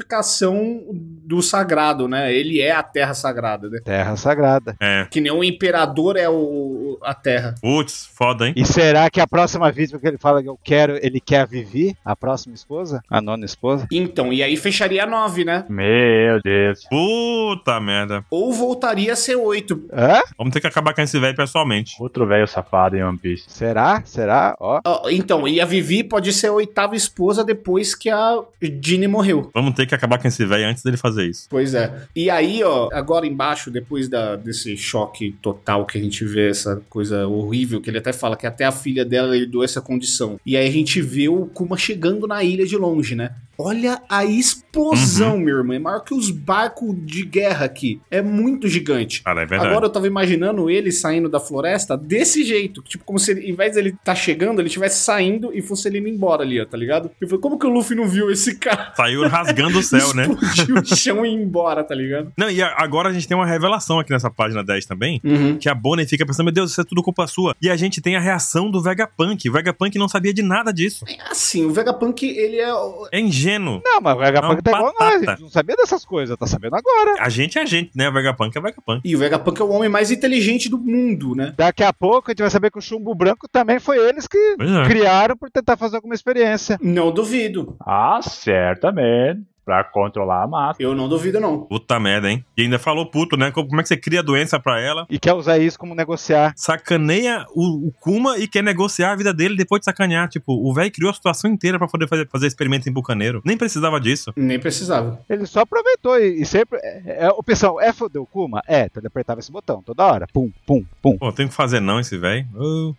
personificação do sagrado, né? Ele é a Terra Sagrada, né? Terra sagrada. É. Que nem o imperador é o, a Terra. Putz, foda, hein? E será que a próxima vítima que ele fala que eu quero, ele quer a Vivi, a próxima esposa? A nona esposa? Então, e aí fecharia nove, né? Meu Deus. Puta merda. Ou voltaria a ser oito. Hã? Vamos ter que acabar com esse velho pessoalmente. Outro velho safado em One Piece. Será? Será? Ó. Ó, Então, e a Vivi pode ser a oitava esposa depois que a Dini morreu. Vamos ter que acabar com esse velho antes dele fazer isso. Pois é. E aí, ó, agora embaixo, depois da, desse choque total que a gente vê, essa coisa horrível, que ele até fala que até a filha dela herdou essa condição. E aí a gente vê o Kuma chegando na ilha de longe, né? Olha a explosão, minha irmã. É maior que os barcos de guerra aqui. É muito gigante. Cara, é verdade. Agora eu tava imaginando ele saindo da floresta desse jeito. Tipo, como se ele, em vez dele tá chegando, ele estivesse saindo e fosse ele indo embora ali, ó, tá ligado? Eu falei, como que o Luffy não viu esse cara? Saiu rasgando o céu, né? Explodiu o chão e ir embora, tá ligado? Não, e a- agora a gente tem uma revelação aqui nessa página 10 também. Uhum. Que a Bonnie fica pensando, meu Deus, isso é tudo culpa sua. E a gente tem a reação do Vegapunk. O Vegapunk não sabia de nada disso. Assim, o Vegapunk, ele é. É ingênuo. Não, mas o Vegapunk Não, tá igual a nós, a batata. gente não sabia dessas coisas, tá sabendo agora. A gente é a gente, né? O Vegapunk é o Vegapunk. E o Vegapunk é o homem mais inteligente do mundo, né? Daqui a pouco a gente vai saber que o chumbo branco também foi eles que Pois é. criaram por tentar fazer alguma experiência. Não duvido. Ah, certamente. Pra controlar a massa. Eu não duvido, não. Puta merda, hein? E ainda falou puto, né? Co- Como é que você cria doença pra ela? E quer usar isso como negociar. Sacaneia o, o Kuma e quer negociar a vida dele depois de sacanear. Tipo, o velho criou a situação inteira pra poder fazer, fazer experimento em bucaneiro. Nem precisava disso. Nem precisava. Ele só aproveitou e, e sempre. É, é, o pessoal, é fodeu o Kuma? É, então ele apertava esse botão toda hora. Pum, pum, pum. Pô, tem que fazer não esse velho.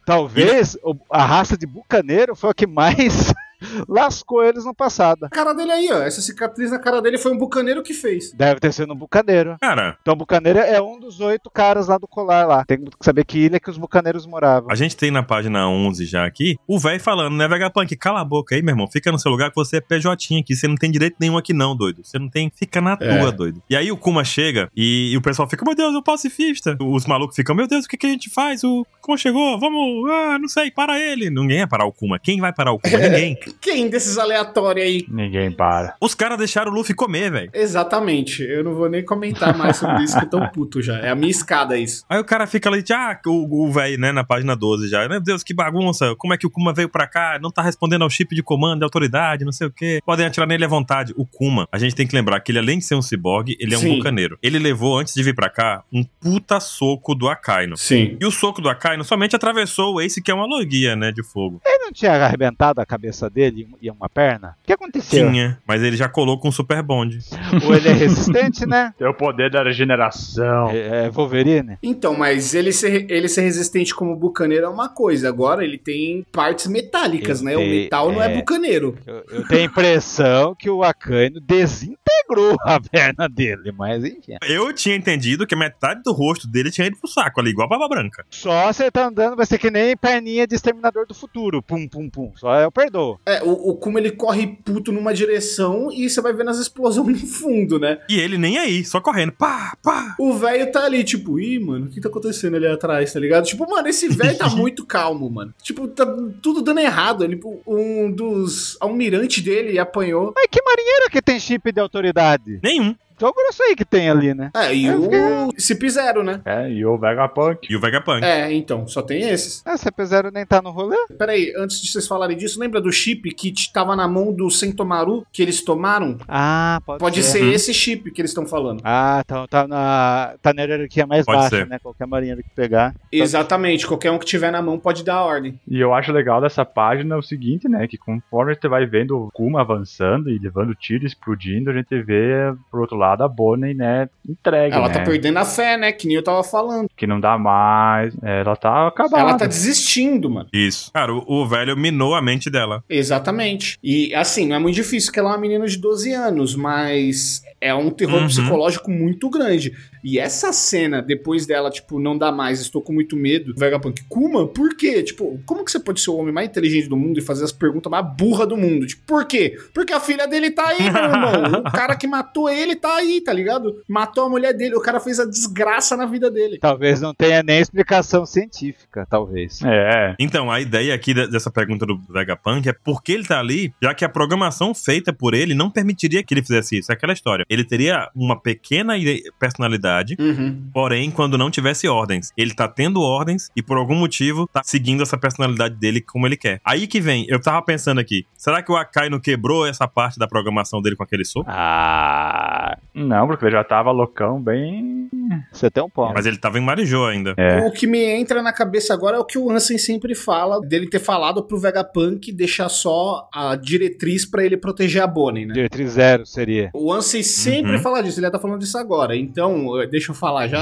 Talvez o- a raça de bucaneiro foi a que mais lascou eles no passado. A cara dele aí, ó. Essa cicatriz na cara dele foi um bucaneiro que fez. Deve ter sido um bucaneiro. Cara, Então, bucaneiro é um dos oito caras lá do colar lá. Tem que saber que ilha que os bucaneiros moravam. A gente tem na página 11 já aqui, o velho falando, né, Vegapunk, cala a boca aí, meu irmão, fica no seu lugar que você é PJ aqui, você não tem direito nenhum aqui não, doido. Você não tem, fica na É. tua, doido. E aí o Kuma chega e, e o pessoal fica, meu Deus, eu pacifista. Os malucos ficam, meu Deus, o que, que a gente faz? O Kuma chegou, vamos, ah, não sei, para ele. Ninguém vai parar o Kuma, quem vai parar o Kuma? Ninguém. Quem desses aleatórios aí? Ninguém para. Os caras deixaram o Luffy comer, velho. Exatamente. Eu não vou nem comentar mais sobre isso, que eu tô puto já. É a minha escada isso. Aí o cara fica ali, ah, o velho, né, na página 12 já. Meu Deus, que bagunça. Como é que o Kuma veio pra cá? Não tá respondendo ao chip de comando, de autoridade, não sei o quê. Podem atirar nele à vontade. O Kuma, a gente tem que lembrar que ele, além de ser um ciborgue, ele é um Sim. vulcaneiro. Ele levou, antes de vir pra cá, um puta soco do Akaino. Sim. E o soco do Akaino somente atravessou o Ace, que é uma logia, né, de fogo. Ele não tinha arrebentado a cabeça dele e uma perna? O que aconteceu? Tinha, mas ele já colou com o Super Bond. Ou ele é resistente, né? Tem o poder da regeneração. É, é Wolverine. Então, mas ele ser, ele ser resistente como bucaneiro é uma coisa. Agora ele tem partes metálicas, Ele né? O tem- metal não é é. bucaneiro. Eu, eu tenho a impressão que o Akaino desintegrou a perna dele, mas enfim. Eu tinha entendido que a metade do rosto dele tinha ido pro saco ali, igual a Baba Branca. Só você tá andando, vai ser que nem perninha de Exterminador do Futuro. Pum, pum, pum. Só eu perdoo. É, o, o Kuma ele corre puto numa direção e você vai vendo as explosões no fundo, né? E ele nem aí, só correndo. Pá, pá, O velho tá ali, tipo, ih, mano, o que tá acontecendo ali atrás, tá ligado? Tipo, mano, esse velho tá muito calmo, mano. Tipo, tá tudo dando errado. Ele, um dos almirante dele apanhou. Mas que marinheiro que tem chip de autoridade? nenhum. Então grosso aí que tem ali, né? É, e Eu o Cip Zero, né? É, e o Vegapunk. E o Vegapunk. É, então, só tem esses. Ah, CP0 nem tá no rolê? Peraí, antes de vocês falarem disso, lembra do chip que t- tava na mão do Sentomaru que eles tomaram? Ah, Pode ser Uhum. esse chip que eles estão falando. Ah, então tá na, tá na hierarquia mais Pode baixa, ser. né? Qualquer marinheiro que pegar. Exatamente, qualquer um que tiver na mão pode dar a ordem. E eu acho legal dessa página o seguinte, né? Que conforme você vai vendo o Kuma avançando e levando tiro, explodindo, a gente vê, por outro lado, a Bonnie, né? Entregue, Ela né? É. tá perdendo a fé, né? Que nem eu tava falando. Que não dá mais. é, Ela tá acabada. Ela tá desistindo, mano. Isso. Cara, o, o velho minou a mente dela. Exatamente. E assim, não é muito difícil, porque ela é uma menina de 12 anos, mas é um terror Uhum. psicológico muito grande. E essa cena, depois dela, tipo, não dá mais, estou com muito medo, Vegapunk, Kuma, por quê? Tipo, como que você pode ser o homem mais inteligente do mundo e fazer as perguntas mais burra do mundo? Tipo, por quê? Porque a filha dele tá aí, meu irmão. O cara que matou ele tá aí, tá ligado? Matou a mulher dele, o cara fez a desgraça na vida dele. Talvez não tenha nem explicação científica, talvez. É, Então, a ideia aqui de- dessa pergunta do Vegapunk é por que ele tá ali, já que a programação feita por ele não permitiria que ele fizesse isso. É aquela história. Ele teria uma pequena ide- personalidade, Uhum. porém, quando não tivesse ordens. Ele tá tendo ordens e, por algum motivo, tá seguindo essa personalidade dele como ele quer. Aí que vem, eu tava pensando aqui, será que o Akainu quebrou essa parte da programação dele com aquele soco? Ah, é Não, porque ele já tava loucão, bem. Você tem um ponto. Mas ele tava em Marijô ainda. É. O que me entra na cabeça agora é o que o Ansem sempre fala, dele ter falado pro Vegapunk deixar só a diretriz pra ele proteger a Bonnie, né? Diretriz zero seria. O Ansem sempre Uhum. fala disso, ele tá falando disso agora. Então, eh, deixa eu falar já,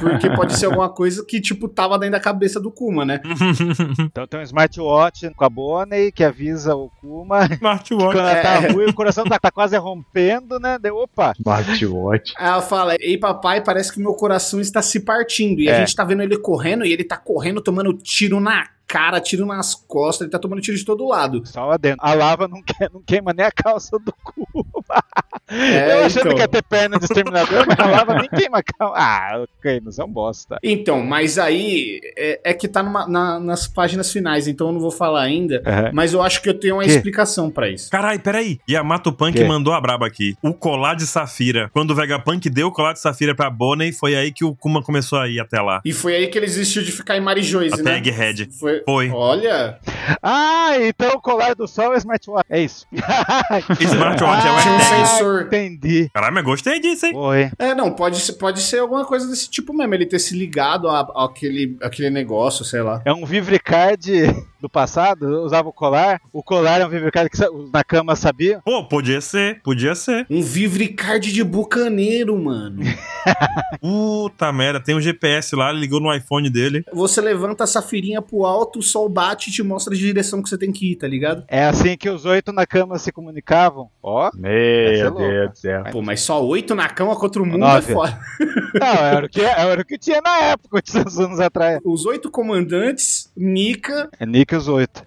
porque pode ser alguma coisa que, tipo, tava dentro da cabeça do Kuma, né? Então tem um smartwatch com a Bonnie que avisa o Kuma. que Quando Smartwatch. ela tá É. ruim, o coração tá, tá quase rompendo, né? Daí, opa, Smartwatch. Aí ela fala: Ei, papai, parece que meu coração está se partindo. E a É. gente tá vendo ele correndo e ele tá correndo, tomando tiro na cara, tiro nas costas, ele tá tomando tiro de todo lado. só lá dentro. A lava não, que- não queima nem a calça do Kuma. É, Eu achando então. que ia ter perna de exterminador, mas a lava nem queima a calça. Ah, ok, mas é um bosta. Então, mas aí é, é que tá numa- na- nas páginas finais, então eu não vou falar ainda. É. Mas eu acho que eu tenho uma Que? explicação pra isso. Carai, peraí. Yamato Punk Quê? mandou a braba aqui. O colar de safira. Quando o Vegapunk deu o colar de safira pra Bonnie, foi aí que o Kuma começou a ir até lá. E foi aí que ele desistiu de ficar em Marijoise, Até né? Egghead. Foi. Foi. Olha, Ah, então o colar do sol é smartwatch. É isso. Smartwatch é o Ah, tinha um hashtag. sensor. Entendi. Caralho, mas gostei disso, hein? Oi. É, não, pode, ser- pode ser alguma coisa desse tipo mesmo, ele ter se ligado a- a aquele- aquele negócio, sei lá. É um Vivricard do passado, eu usava o colar. O colar é um Vivricard que sa- os na cama sabia. Pô, podia ser, podia ser. Um Vivricard de bucaneiro, mano. Puta merda, tem um GPS lá, ele ligou no iPhone dele. Você levanta a safirinha pro alto, o sol bate e te mostra a direção que você tem que ir, tá ligado? É assim que os oito na cama se comunicavam. Ó. Essa é Meu louca. Deus do céu. Pô, mas só oito na cama contra o mundo Nove. é foda. Não, era o que, era o que tinha na época, 800 anos atrás. Os oito comandantes, Nika É Nick e os oito.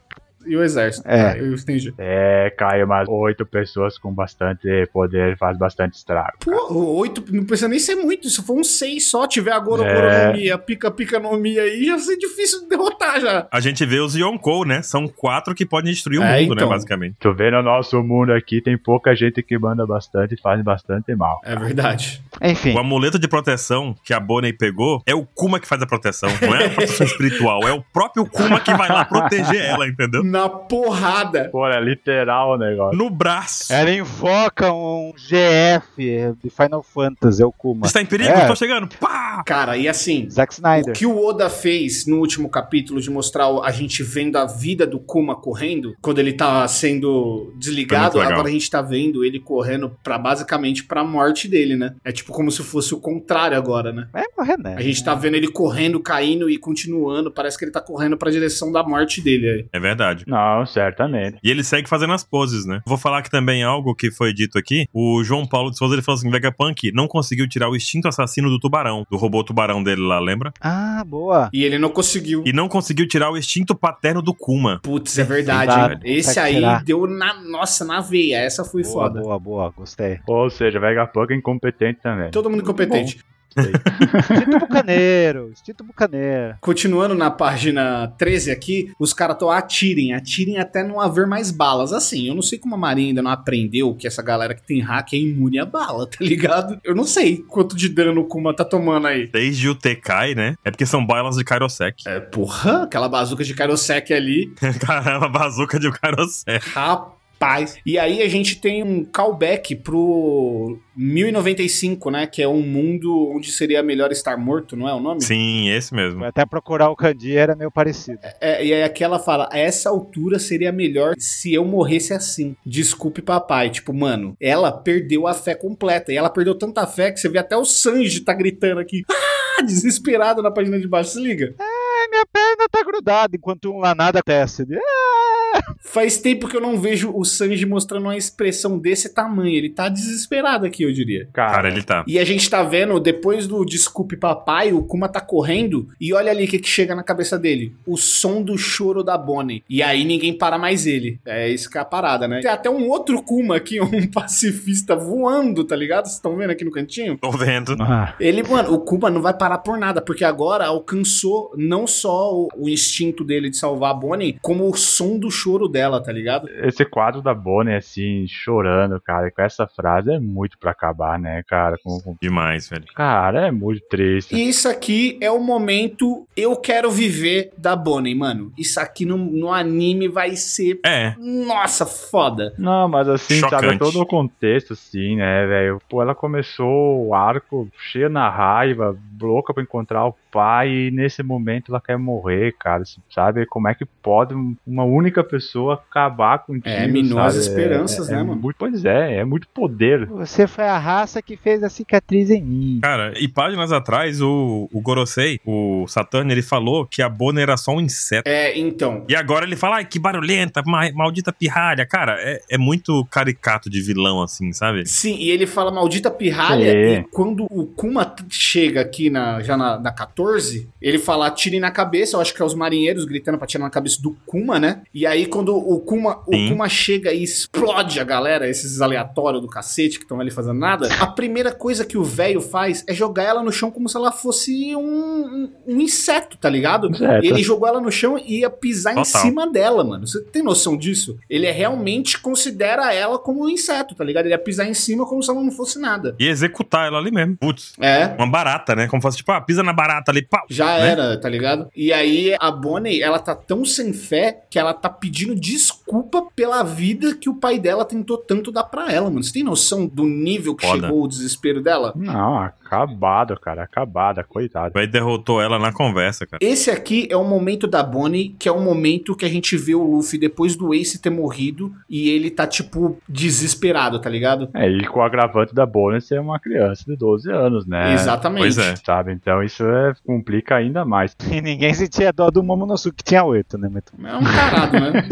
e o exército. É. Tá, eu entendi. É, Caio, mas oito pessoas com bastante poder faz bastante estrago. Pô, o oito, não precisa nem ser muito. Se for um seis só, tiver a É. gorogoronomia, pica-picanomia aí, já vai ser difícil de derrotar já. A gente vê os Yonkou, né? São quatro que podem destruir o É, mundo, então. né? Basicamente. Tu vê no nosso mundo aqui, tem pouca gente que manda bastante e faz bastante mal. É verdade. Enfim. O amuleto de proteção que a Bonnie pegou é o Kuma que faz a proteção. Não é a proteção espiritual, é o próprio Kuma que vai lá proteger ela, entendeu? Na porrada. Pô, é literal o negócio. No braço. Ela invoca um GF de Final Fantasy, é o Kuma. Está em perigo? É. Tô chegando. Pá! Cara, e assim, Zack O Snyder. que o Oda fez no último capítulo de mostrar o- a gente vendo a vida do Kuma correndo, quando ele tá sendo desligado, Foi muito legal. agora a gente tá vendo ele correndo para basicamente pra morte dele, né? É tipo como se fosse o contrário agora, né? É morrer, né? A gente tá vendo ele correndo, caindo e continuando, parece que ele tá correndo pra direção da morte dele. aí. É verdade. Não, certamente. E ele segue fazendo as poses, né? Vou falar aqui também algo que foi dito aqui. O João Paulo de Souza, ele falou assim, Vegapunk não conseguiu tirar o instinto assassino do tubarão, do robô tubarão dele lá, lembra? Ah, boa. E ele não conseguiu. E não conseguiu tirar o instinto paterno do Kuma. Putz, é verdade. Exato, hein? tem que Esse aí tirar. deu na nossa na veia. Essa foi boa, foda. boa, boa, gostei. Ou seja, Vegapunk é incompetente também. Todo mundo incompetente. Instinto bucaneiro, instinto bucaneiro. Continuando na página 13 aqui, os caras estão atirem, atirem até não haver mais balas. Assim, eu não sei como a Marinha ainda não aprendeu que essa galera que tem hack é imune à bala, tá ligado? Eu não sei quanto de dano o Kuma tá tomando aí. Desde o Tekai, né? É porque são balas de Kairosek. É, porra, aquela bazuca de Kairosek ali, Caramba, a bazuca de Kairosek. rapaz. E aí a gente tem um callback pro 1095, né? Que é um mundo onde seria melhor estar morto, não é o nome? Sim, esse mesmo. Vou até procurar o Kandi, era meio parecido. É, e aí aquela fala, a essa altura seria melhor se eu morresse assim. Desculpe, papai. Tipo, mano, ela perdeu a fé completa. E ela perdeu tanta fé que você vê até o Sanji tá gritando aqui. Ah! Desesperado na página de baixo, se liga. Ai, minha perna tá grudada, enquanto um lá nada desce. Ah! Faz tempo que eu não vejo o Sanji mostrando uma expressão desse tamanho. Ele tá desesperado aqui, eu diria. Cara, ele tá. E a gente tá vendo, depois do Desculpe Papai, o Kuma tá correndo e olha ali o que, que chega na cabeça dele. O som do choro da Bonnie. E aí ninguém para mais ele. É isso que é a parada, né? Tem até um outro Kuma aqui, um pacifista voando, tá ligado? Vocês estão vendo aqui no cantinho? Tô vendo. Ah, Ele, mano, o Kuma não vai parar por nada, porque agora alcançou não só o, o instinto dele de salvar a Bonnie, como o som do choro dela, tá ligado? Esse quadro da Bonnie, assim, chorando, cara, com essa frase é muito pra acabar, né, cara? Com- com- Demais, velho. Cara, é muito triste. E isso aqui é o momento eu quero viver da Bonnie, mano. Isso aqui no, no anime vai ser. É. Nossa, foda. Não, mas assim, sabe, Chocante. todo o contexto, assim, né, velho? Pô, ela começou o arco cheia na raiva, louca pra encontrar o pai, e nesse momento ela quer morrer, cara. Sabe? Como é que pode um- uma única pessoa acabar com É, minúsculas sabe? esperanças, É- é né, mano? muito- pois é, é muito poder. Você foi a raça que fez a cicatriz em mim. Cara, e páginas atrás, o, o Gorosei, o Saturn, ele falou que a Bonnie era só um inseto. É, então. E agora ele fala, ai, que barulhenta, ma- maldita pirralha. Cara, é, é muito caricato de vilão, assim, sabe? É. Sim, e ele fala maldita pirralha. Sim. E quando o Kuma t- chega aqui na, já na, na 14, ele fala atirem na cabeça. Eu acho que é os marinheiros gritando pra tirar na cabeça do Kuma, né? E aí, quando o Kuma, o Sim. Kuma chega e explode a galera, esses aleatórios do cacete que estão ali fazendo nada, a primeira coisa que o velho faz é jogar ela no chão como se ela fosse um, um- um inseto, tá ligado? Inseto. E ele jogou ela no chão e ia pisar em Total. cima dela, mano. Você tem noção disso? Ele é- realmente considera ela como um inseto, tá ligado? Ele ia pisar em cima como se ela não fosse nada. E executar ela ali mesmo. Putz, É. uma barata, né? Como fosse, tipo, ah, pisa na barata ali, pau. Já né? era, tá ligado? E aí a Bonnie, ela tá tão sem fé que ela tá pedindo desculpa pela vida que o pai dela tentou tanto dar pra ela, mano. Você tem noção do nível que Foda. chegou o desespero dela? Não, acabado, cara, acabada, coitada. Aí derrotou ela na conversa, cara. Esse aqui é o momento da Bonnie, que é o momento que a gente vê o Luffy depois do Ace ter morrido e ele tá, tipo, desesperado, tá ligado? É, e com o agravante da Bonus é uma criança de 12 anos, né? Exatamente. Pois é. Sabe? Então isso é- complica ainda mais. E ninguém sentia dó do Momonosuke, que tinha oito, né? Mas... É um tarado, né?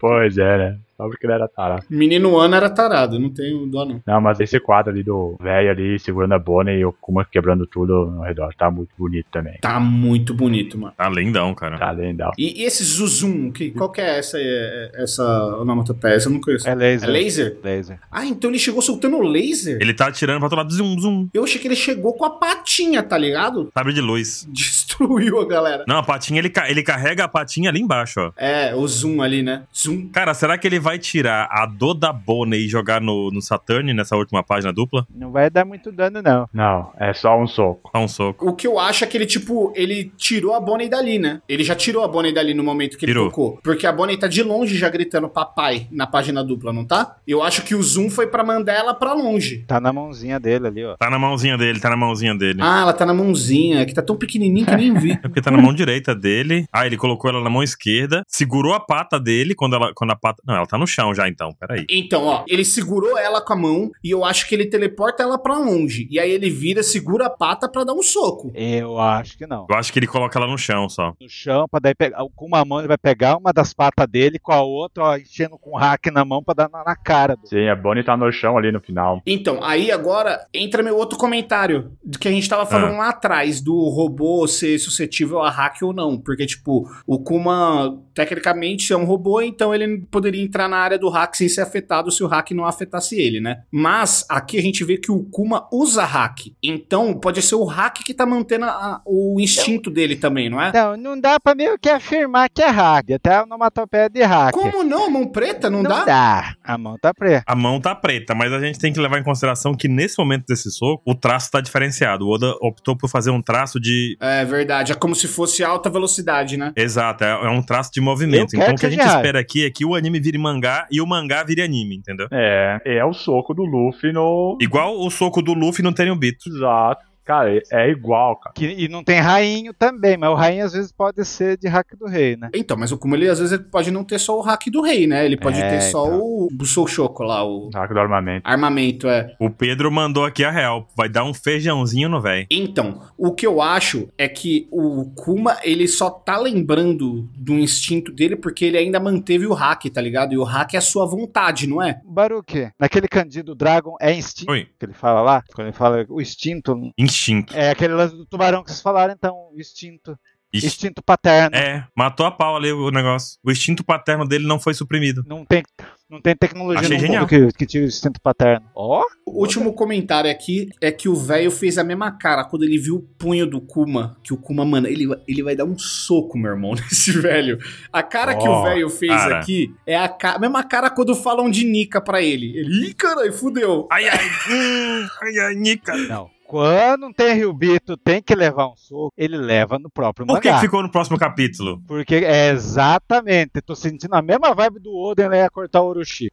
pois é, né? Só porque ele era tarado. Menino Ana era tarado, não tenho dó, não. Não, mas esse quadro ali do velho ali segurando a Bonnie e o Kuma quebrando tudo ao redor tá muito bonito também. Tá muito bonito, mano. Tá lindão, cara. Tá lendal. E, e esse Zuzum, que, qual que é essa, é, é, essa onomatopeia? Essa Eu não conheço. É É laser. laser? laser. Ah, então ele chegou soltando laser? Ele tá atirando pra todo lado, zum, zum. Eu achei que ele chegou com a patinha, tá ligado? Sabre de luz. Destruiu a galera. Não, a patinha, ele, ca- ele carrega a patinha ali embaixo, ó. É, o zoom ali, né? Zoom. Cara, será que ele vai tirar a dor da Bonnie e jogar no, no Saturn nessa última página dupla? Não vai dar muito dano, não. Não, é só um soco. Dá um soco. O que eu acho é que ele, tipo, ele tirou a Bonnie dali, né? Ele já tirou a Bonnie dali no momento que Tirou. ele tocou. Porque a Bonnie tá de longe já gritando papai na página dupla, não tá? Eu acho que o zoom foi pra mandar ela pra longe. Tá na mãozinha dele ali, ó. Tá na mãozinha dele, tá na mãozinha dele. Ah, ela tá na mãozinha, que tá tão pequenininha que nem vi. É porque tá na mão direita dele. Ah, ele colocou ela na mão esquerda, segurou a pata dele quando ela quando a pata, não, ela tá no chão já então. Peraí. Então, ó, ele segurou ela com a mão e eu acho que ele teleporta ela pra longe. E aí ele vira, segura a pata pra dar um soco. Eu acho que não. Eu acho que ele coloca ela no chão só. No chão, pra daí pegar. Com uma mão ele vai pegar uma das patas dele, com a outra, ó, enchendo com o hack na mão pra dar na, na cara. Do... Sim, a Bonnie tá no chão ali no final. Então, aí agora entra meu outro comentário do que a gente tava falando lá atrás, do robô ser suscetível a hack ou não. Porque, tipo, o Kuma, tecnicamente, é um robô, então ele poderia entrar na área do hack sem ser afetado se o hack não afetasse ele, né? Mas aqui a gente vê que o Kuma usa hack. Então, pode ser o hack que tá mantendo a- o instinto dele também, não é? Não, não dá pra meio que afirmar que é hack. Até a onomatopeia de hack. Como não? Mão preta? Não, dá? A mão tá preta. A mão tá preta, mas a gente tem que levar em consideração que nesse momento desse soco, o traço tá diferenciado. O Oda optou por fazer um traço de É verdade, é como se fosse alta velocidade, né? Exato, é é um traço de movimento. Eu quero Então o que a que gente seja. espera aqui é que o anime vire mangá e o mangá vire anime, entendeu? É, é o soco do Luffy no. Igual o soco do Luffy no Tenryubito. Exato. Cara, é- é igual, cara. Que, e não tem rainho também, mas o rainho às vezes pode ser de hack do rei, né? Então, mas o Kuma, ele, às vezes, ele pode não ter só o hack do rei, né? Ele pode É, ter só então. o, o Sou Choco lá, o Saco do armamento. armamento, é. O Pedro mandou aqui a real. Vai dar um feijãozinho no véi. Então, o que eu acho é que o Kuma, ele só tá lembrando do instinto dele porque ele ainda manteve o hack, tá ligado? E o hack é a sua vontade, não é? Baruque, naquele Candido Dragon é instinto Oi. que ele fala lá? Quando ele fala o instinto, Instinto. É aquele lance do tubarão que vocês falaram, então, o instinto. Ixi. Instinto paterno. É, matou a pau ali o negócio. O instinto paterno dele não foi suprimido. Não tem, não tem tecnologia Achei no genial. mundo que, que tira o instinto paterno. Ó, O último comentário aqui é que o velho fez a mesma cara quando ele viu o punho do Kuma. Que o Kuma, mano, ele, vai- ele vai dar um soco, meu irmão, nesse velho. A cara que o Ó, velho fez cara. aqui é a ca- a mesma cara quando falam de Nika pra ele. Ele, ih, caralho, fudeu. Ai, ai, hum, ai, ai, Nika. não. Quando um tem Ryubito, tem que levar um soco, ele leva no próprio Por que, mangá. que ficou no próximo capítulo? Porque é exatamente, tô sentindo a mesma vibe do Oden lá ia cortar o Orochi.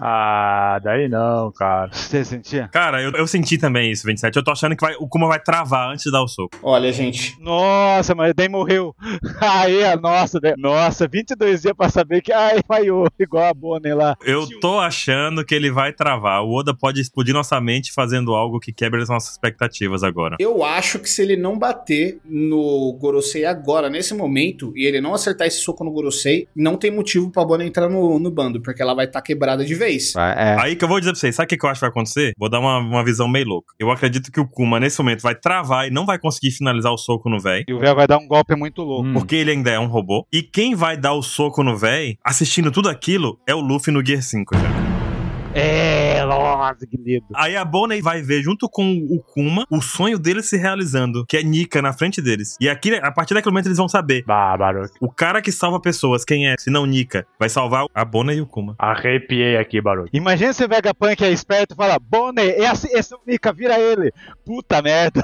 Ah, daí não, cara. Você sentia? Cara, eu, eu senti também isso, 27. Eu tô achando que vai- o Kuma vai travar antes de dar o soco. Olha, gente, Nossa, mas daí morreu. Aí, a nossa, daí- nossa, 22 dias pra saber que ai, vaiou, igual a Bonnie lá. Eu tô achando que ele vai travar. O Oda pode explodir nossa mente fazendo algo que quebre as nossas expectativas agora. eu acho que se ele não bater no Gorosei agora, nesse momento, e ele não acertar esse soco no Gorosei, não tem motivo pra Bona entrar no, no bando, porque ela vai estar quebrada de vez. É. Aí que eu vou dizer pra vocês, sabe o que que eu acho que vai acontecer? Vou dar uma, uma visão meio louca. Eu acredito que o Kuma, nesse momento, vai travar e não vai conseguir finalizar o soco no véi. E o Véu vai dar um golpe muito louco. Hum. Porque ele ainda é um robô. E quem vai dar o soco no véi, assistindo tudo aquilo, é o Luffy no Gear 5, já. É, nossa, que lindo. Aí a Bonnie vai ver, junto com o Kuma, o sonho dele se realizando, que é Nika na frente deles. E aqui, a partir daquele momento, eles vão saber. Bárbaro. O cara que salva pessoas, quem é? Se não Nika, vai salvar a Bonnie e o Kuma. Arrepiei aqui, barulho. Imagina se o Vegapunk é esperto e fala, Bonnie, esse, esse é o Nika, vira ele. Puta merda.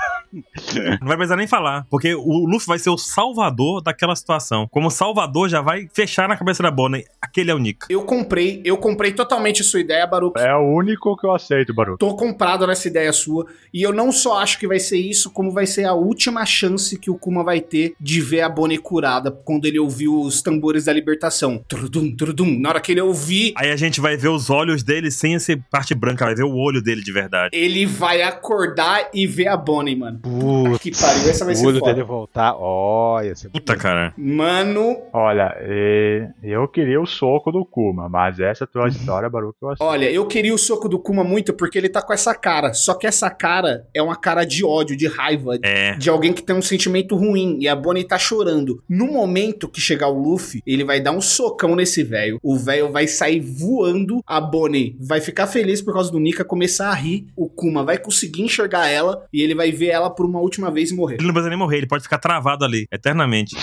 Não vai precisar nem falar, porque o Luffy vai ser o salvador daquela situação. Como salvador, já vai fechar na cabeça da Bonnie. Aquele é o Nika. Eu comprei, eu comprei totalmente sua ideia, Baruch. É o único que eu aceito, barulho. Tô comprado nessa ideia sua. E eu não só acho que vai ser isso, como vai ser a última chance que o Kuma vai ter de ver a Bonnie curada quando ele ouvir os tambores da libertação. Trudum, trudum. Na hora que ele ouvir, Aí a gente vai ver os olhos dele sem essa parte branca, vai ver o olho dele de verdade. ele vai acordar e ver a Bonnie, mano. Puta, Que pariu, essa vai o ser olho foda. dele voltar, olha. esse- Puta, cara. Mano, Olha, e- eu queria o soco do Kuma, mas essa tua história, barulho, que eu aceito. olha, eu queria o soco do Kuma muito porque ele tá com essa cara. Só que essa cara é uma cara de ódio, de raiva, É. de alguém que tem um sentimento ruim e a Bonnie tá chorando. No momento que chegar o Luffy, ele vai dar um socão nesse velho. O velho vai sair voando, a Bonnie vai ficar feliz por causa do Nika começar a rir. O Kuma vai conseguir enxergar ela e ele vai ver ela por uma última vez e morrer. Ele não precisa nem morrer, ele pode ficar travado ali, eternamente.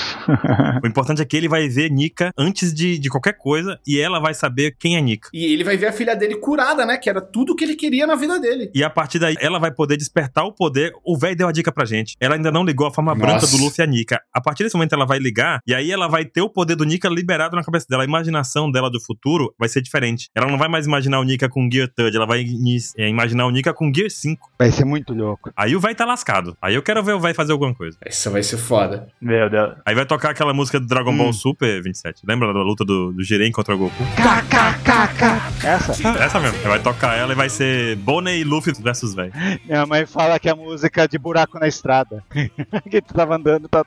o importante é que ele vai ver Nika antes de, de qualquer coisa e ela vai saber quem é Nika. E ele vai ver a filha dele curada, né? Que era tudo que ele queria na vida dele. E a partir daí, ela vai poder despertar o poder. O velho deu a dica pra gente. Ela ainda não ligou a forma Nossa. branca do Luffy a Nika. A partir desse momento, ela vai ligar. E aí, ela vai ter o poder do Nika liberado na cabeça dela. A imaginação dela do futuro vai ser diferente. Ela não vai mais imaginar o Nika com Gear Third. Ela vai ini- é, imaginar o Nika com Gear 5. Vai ser muito louco. Aí o velho tá lascado. Aí eu quero ver o velho fazer alguma coisa. Essa vai ser foda. Meu Deus. Aí vai tocar aquela música do Dragon Ball Super 27. Lembra da luta do, do Jiren contra o Goku? Essa? Essa mesmo. Vai tocar ela e vai ser Bonnie e Luffy versus velho. Minha mãe fala que é a música de buraco na estrada. que tu tava andando, tá...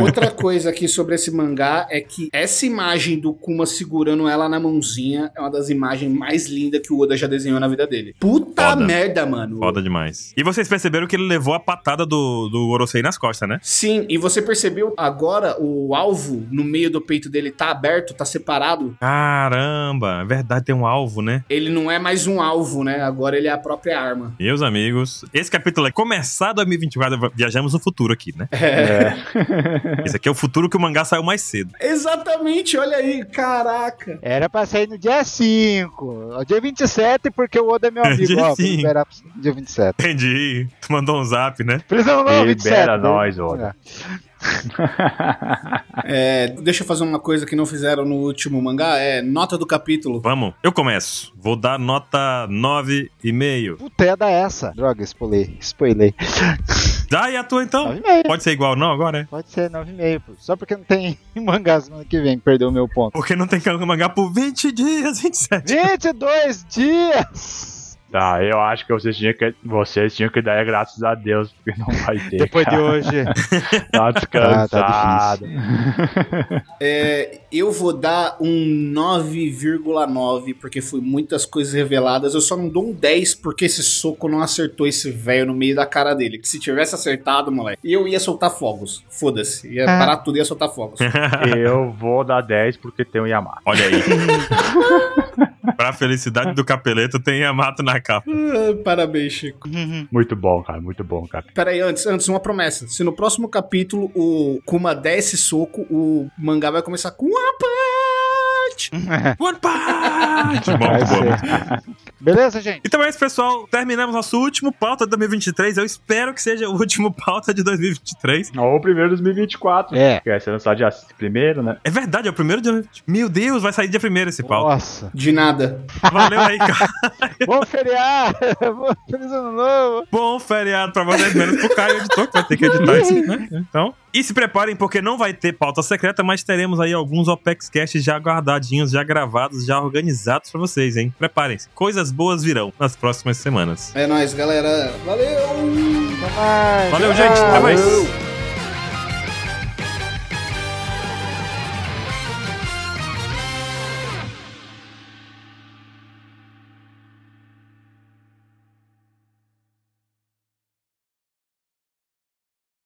Outra coisa aqui sobre esse mangá é que essa imagem do Kuma segurando ela na mãozinha é uma das imagens mais lindas que o Oda já desenhou na vida dele. Puta Foda. merda, mano. Foda demais. E vocês perceberam que ele levou a patada do, do Gorosei nas costas, né? Sim, e você percebeu agora o alvo no meio do peito dele tá aberto, tá separado? Caramba, é verdade, tem um alvo, né? Ele não é mais um alvo, né? Agora ele é a própria arma. Meus amigos, esse capítulo é começar 2024, viajamos no futuro aqui, né? Esse aqui é o futuro que o mangá saiu mais cedo. Exatamente, olha aí, caraca. Era pra sair no dia 5. ó, Dia 27, porque o Oda é meu amigo. Dia ó, vou 5. liberar pro dia 27. Entendi. Tu mandou um zap, né? Feliz ano novo, 27. Libera né? nós, Oda. É, deixa eu fazer uma coisa que não fizeram no último mangá, é nota do capítulo. Vamos, eu começo. Vou dar nota 9,5. Puta, ia dar essa. Droga, spoilei. Spoilei. Dá e a tua então? 9,5. Pode ser igual não agora, é? Pode ser 9,5. pô. Só porque não tem mangá semana que vem, perdeu o meu ponto. Porque não tem mangá por 20 dias, 27. 22 dias! Tá, eu acho que vocês tinham que, vocês tinham que dar graças a Deus, porque não vai ter. Depois de cara. hoje. Tá tá descansado. É, eu vou dar um 9,9, porque foi muitas coisas reveladas. Eu só não dou um 10, porque esse soco não acertou esse velho no meio da cara dele. Que se tivesse acertado, moleque, eu ia soltar fogos. Foda-se. Ia parar tudo e ia soltar fogos. Ah, Eu vou dar 10 porque tem o Yamato. Olha aí. pra felicidade do capeleto, tem Yamato na capa. Ah, Parabéns, Chico. Muito bom, cara, muito bom, cara. Pera aí, antes, antes, uma promessa. Se no próximo capítulo o Kuma der esse soco, o mangá vai começar com uma punch. One Punch! Bom, É. Vai muito bom. ser. Beleza, gente? Então é isso, pessoal. Terminamos nosso último pauta de 2023. Eu espero que seja o último pauta de 2023. Ou o primeiro de 2024. É. Que vai ser lançado dia primeiro, né? É verdade, é o primeiro dia. Meu Deus, vai sair dia primeiro esse pauta. Nossa. De nada. Valeu aí, cara. Bom feriado! Bom- Feliz ano novo! Bom feriado pra vocês, menos pro Caio editor, que vai ter que editar isso, né? Então. E se preparem, porque não vai ter pauta secreta, mas teremos aí alguns OPEX Casts já guardadinhos, já gravados, já organizados pra vocês, hein? Preparem-se. Coisas boas virão nas próximas semanas. É nóis, galera. Valeu! Até mais. Valeu, gente. Até mais. Valeu.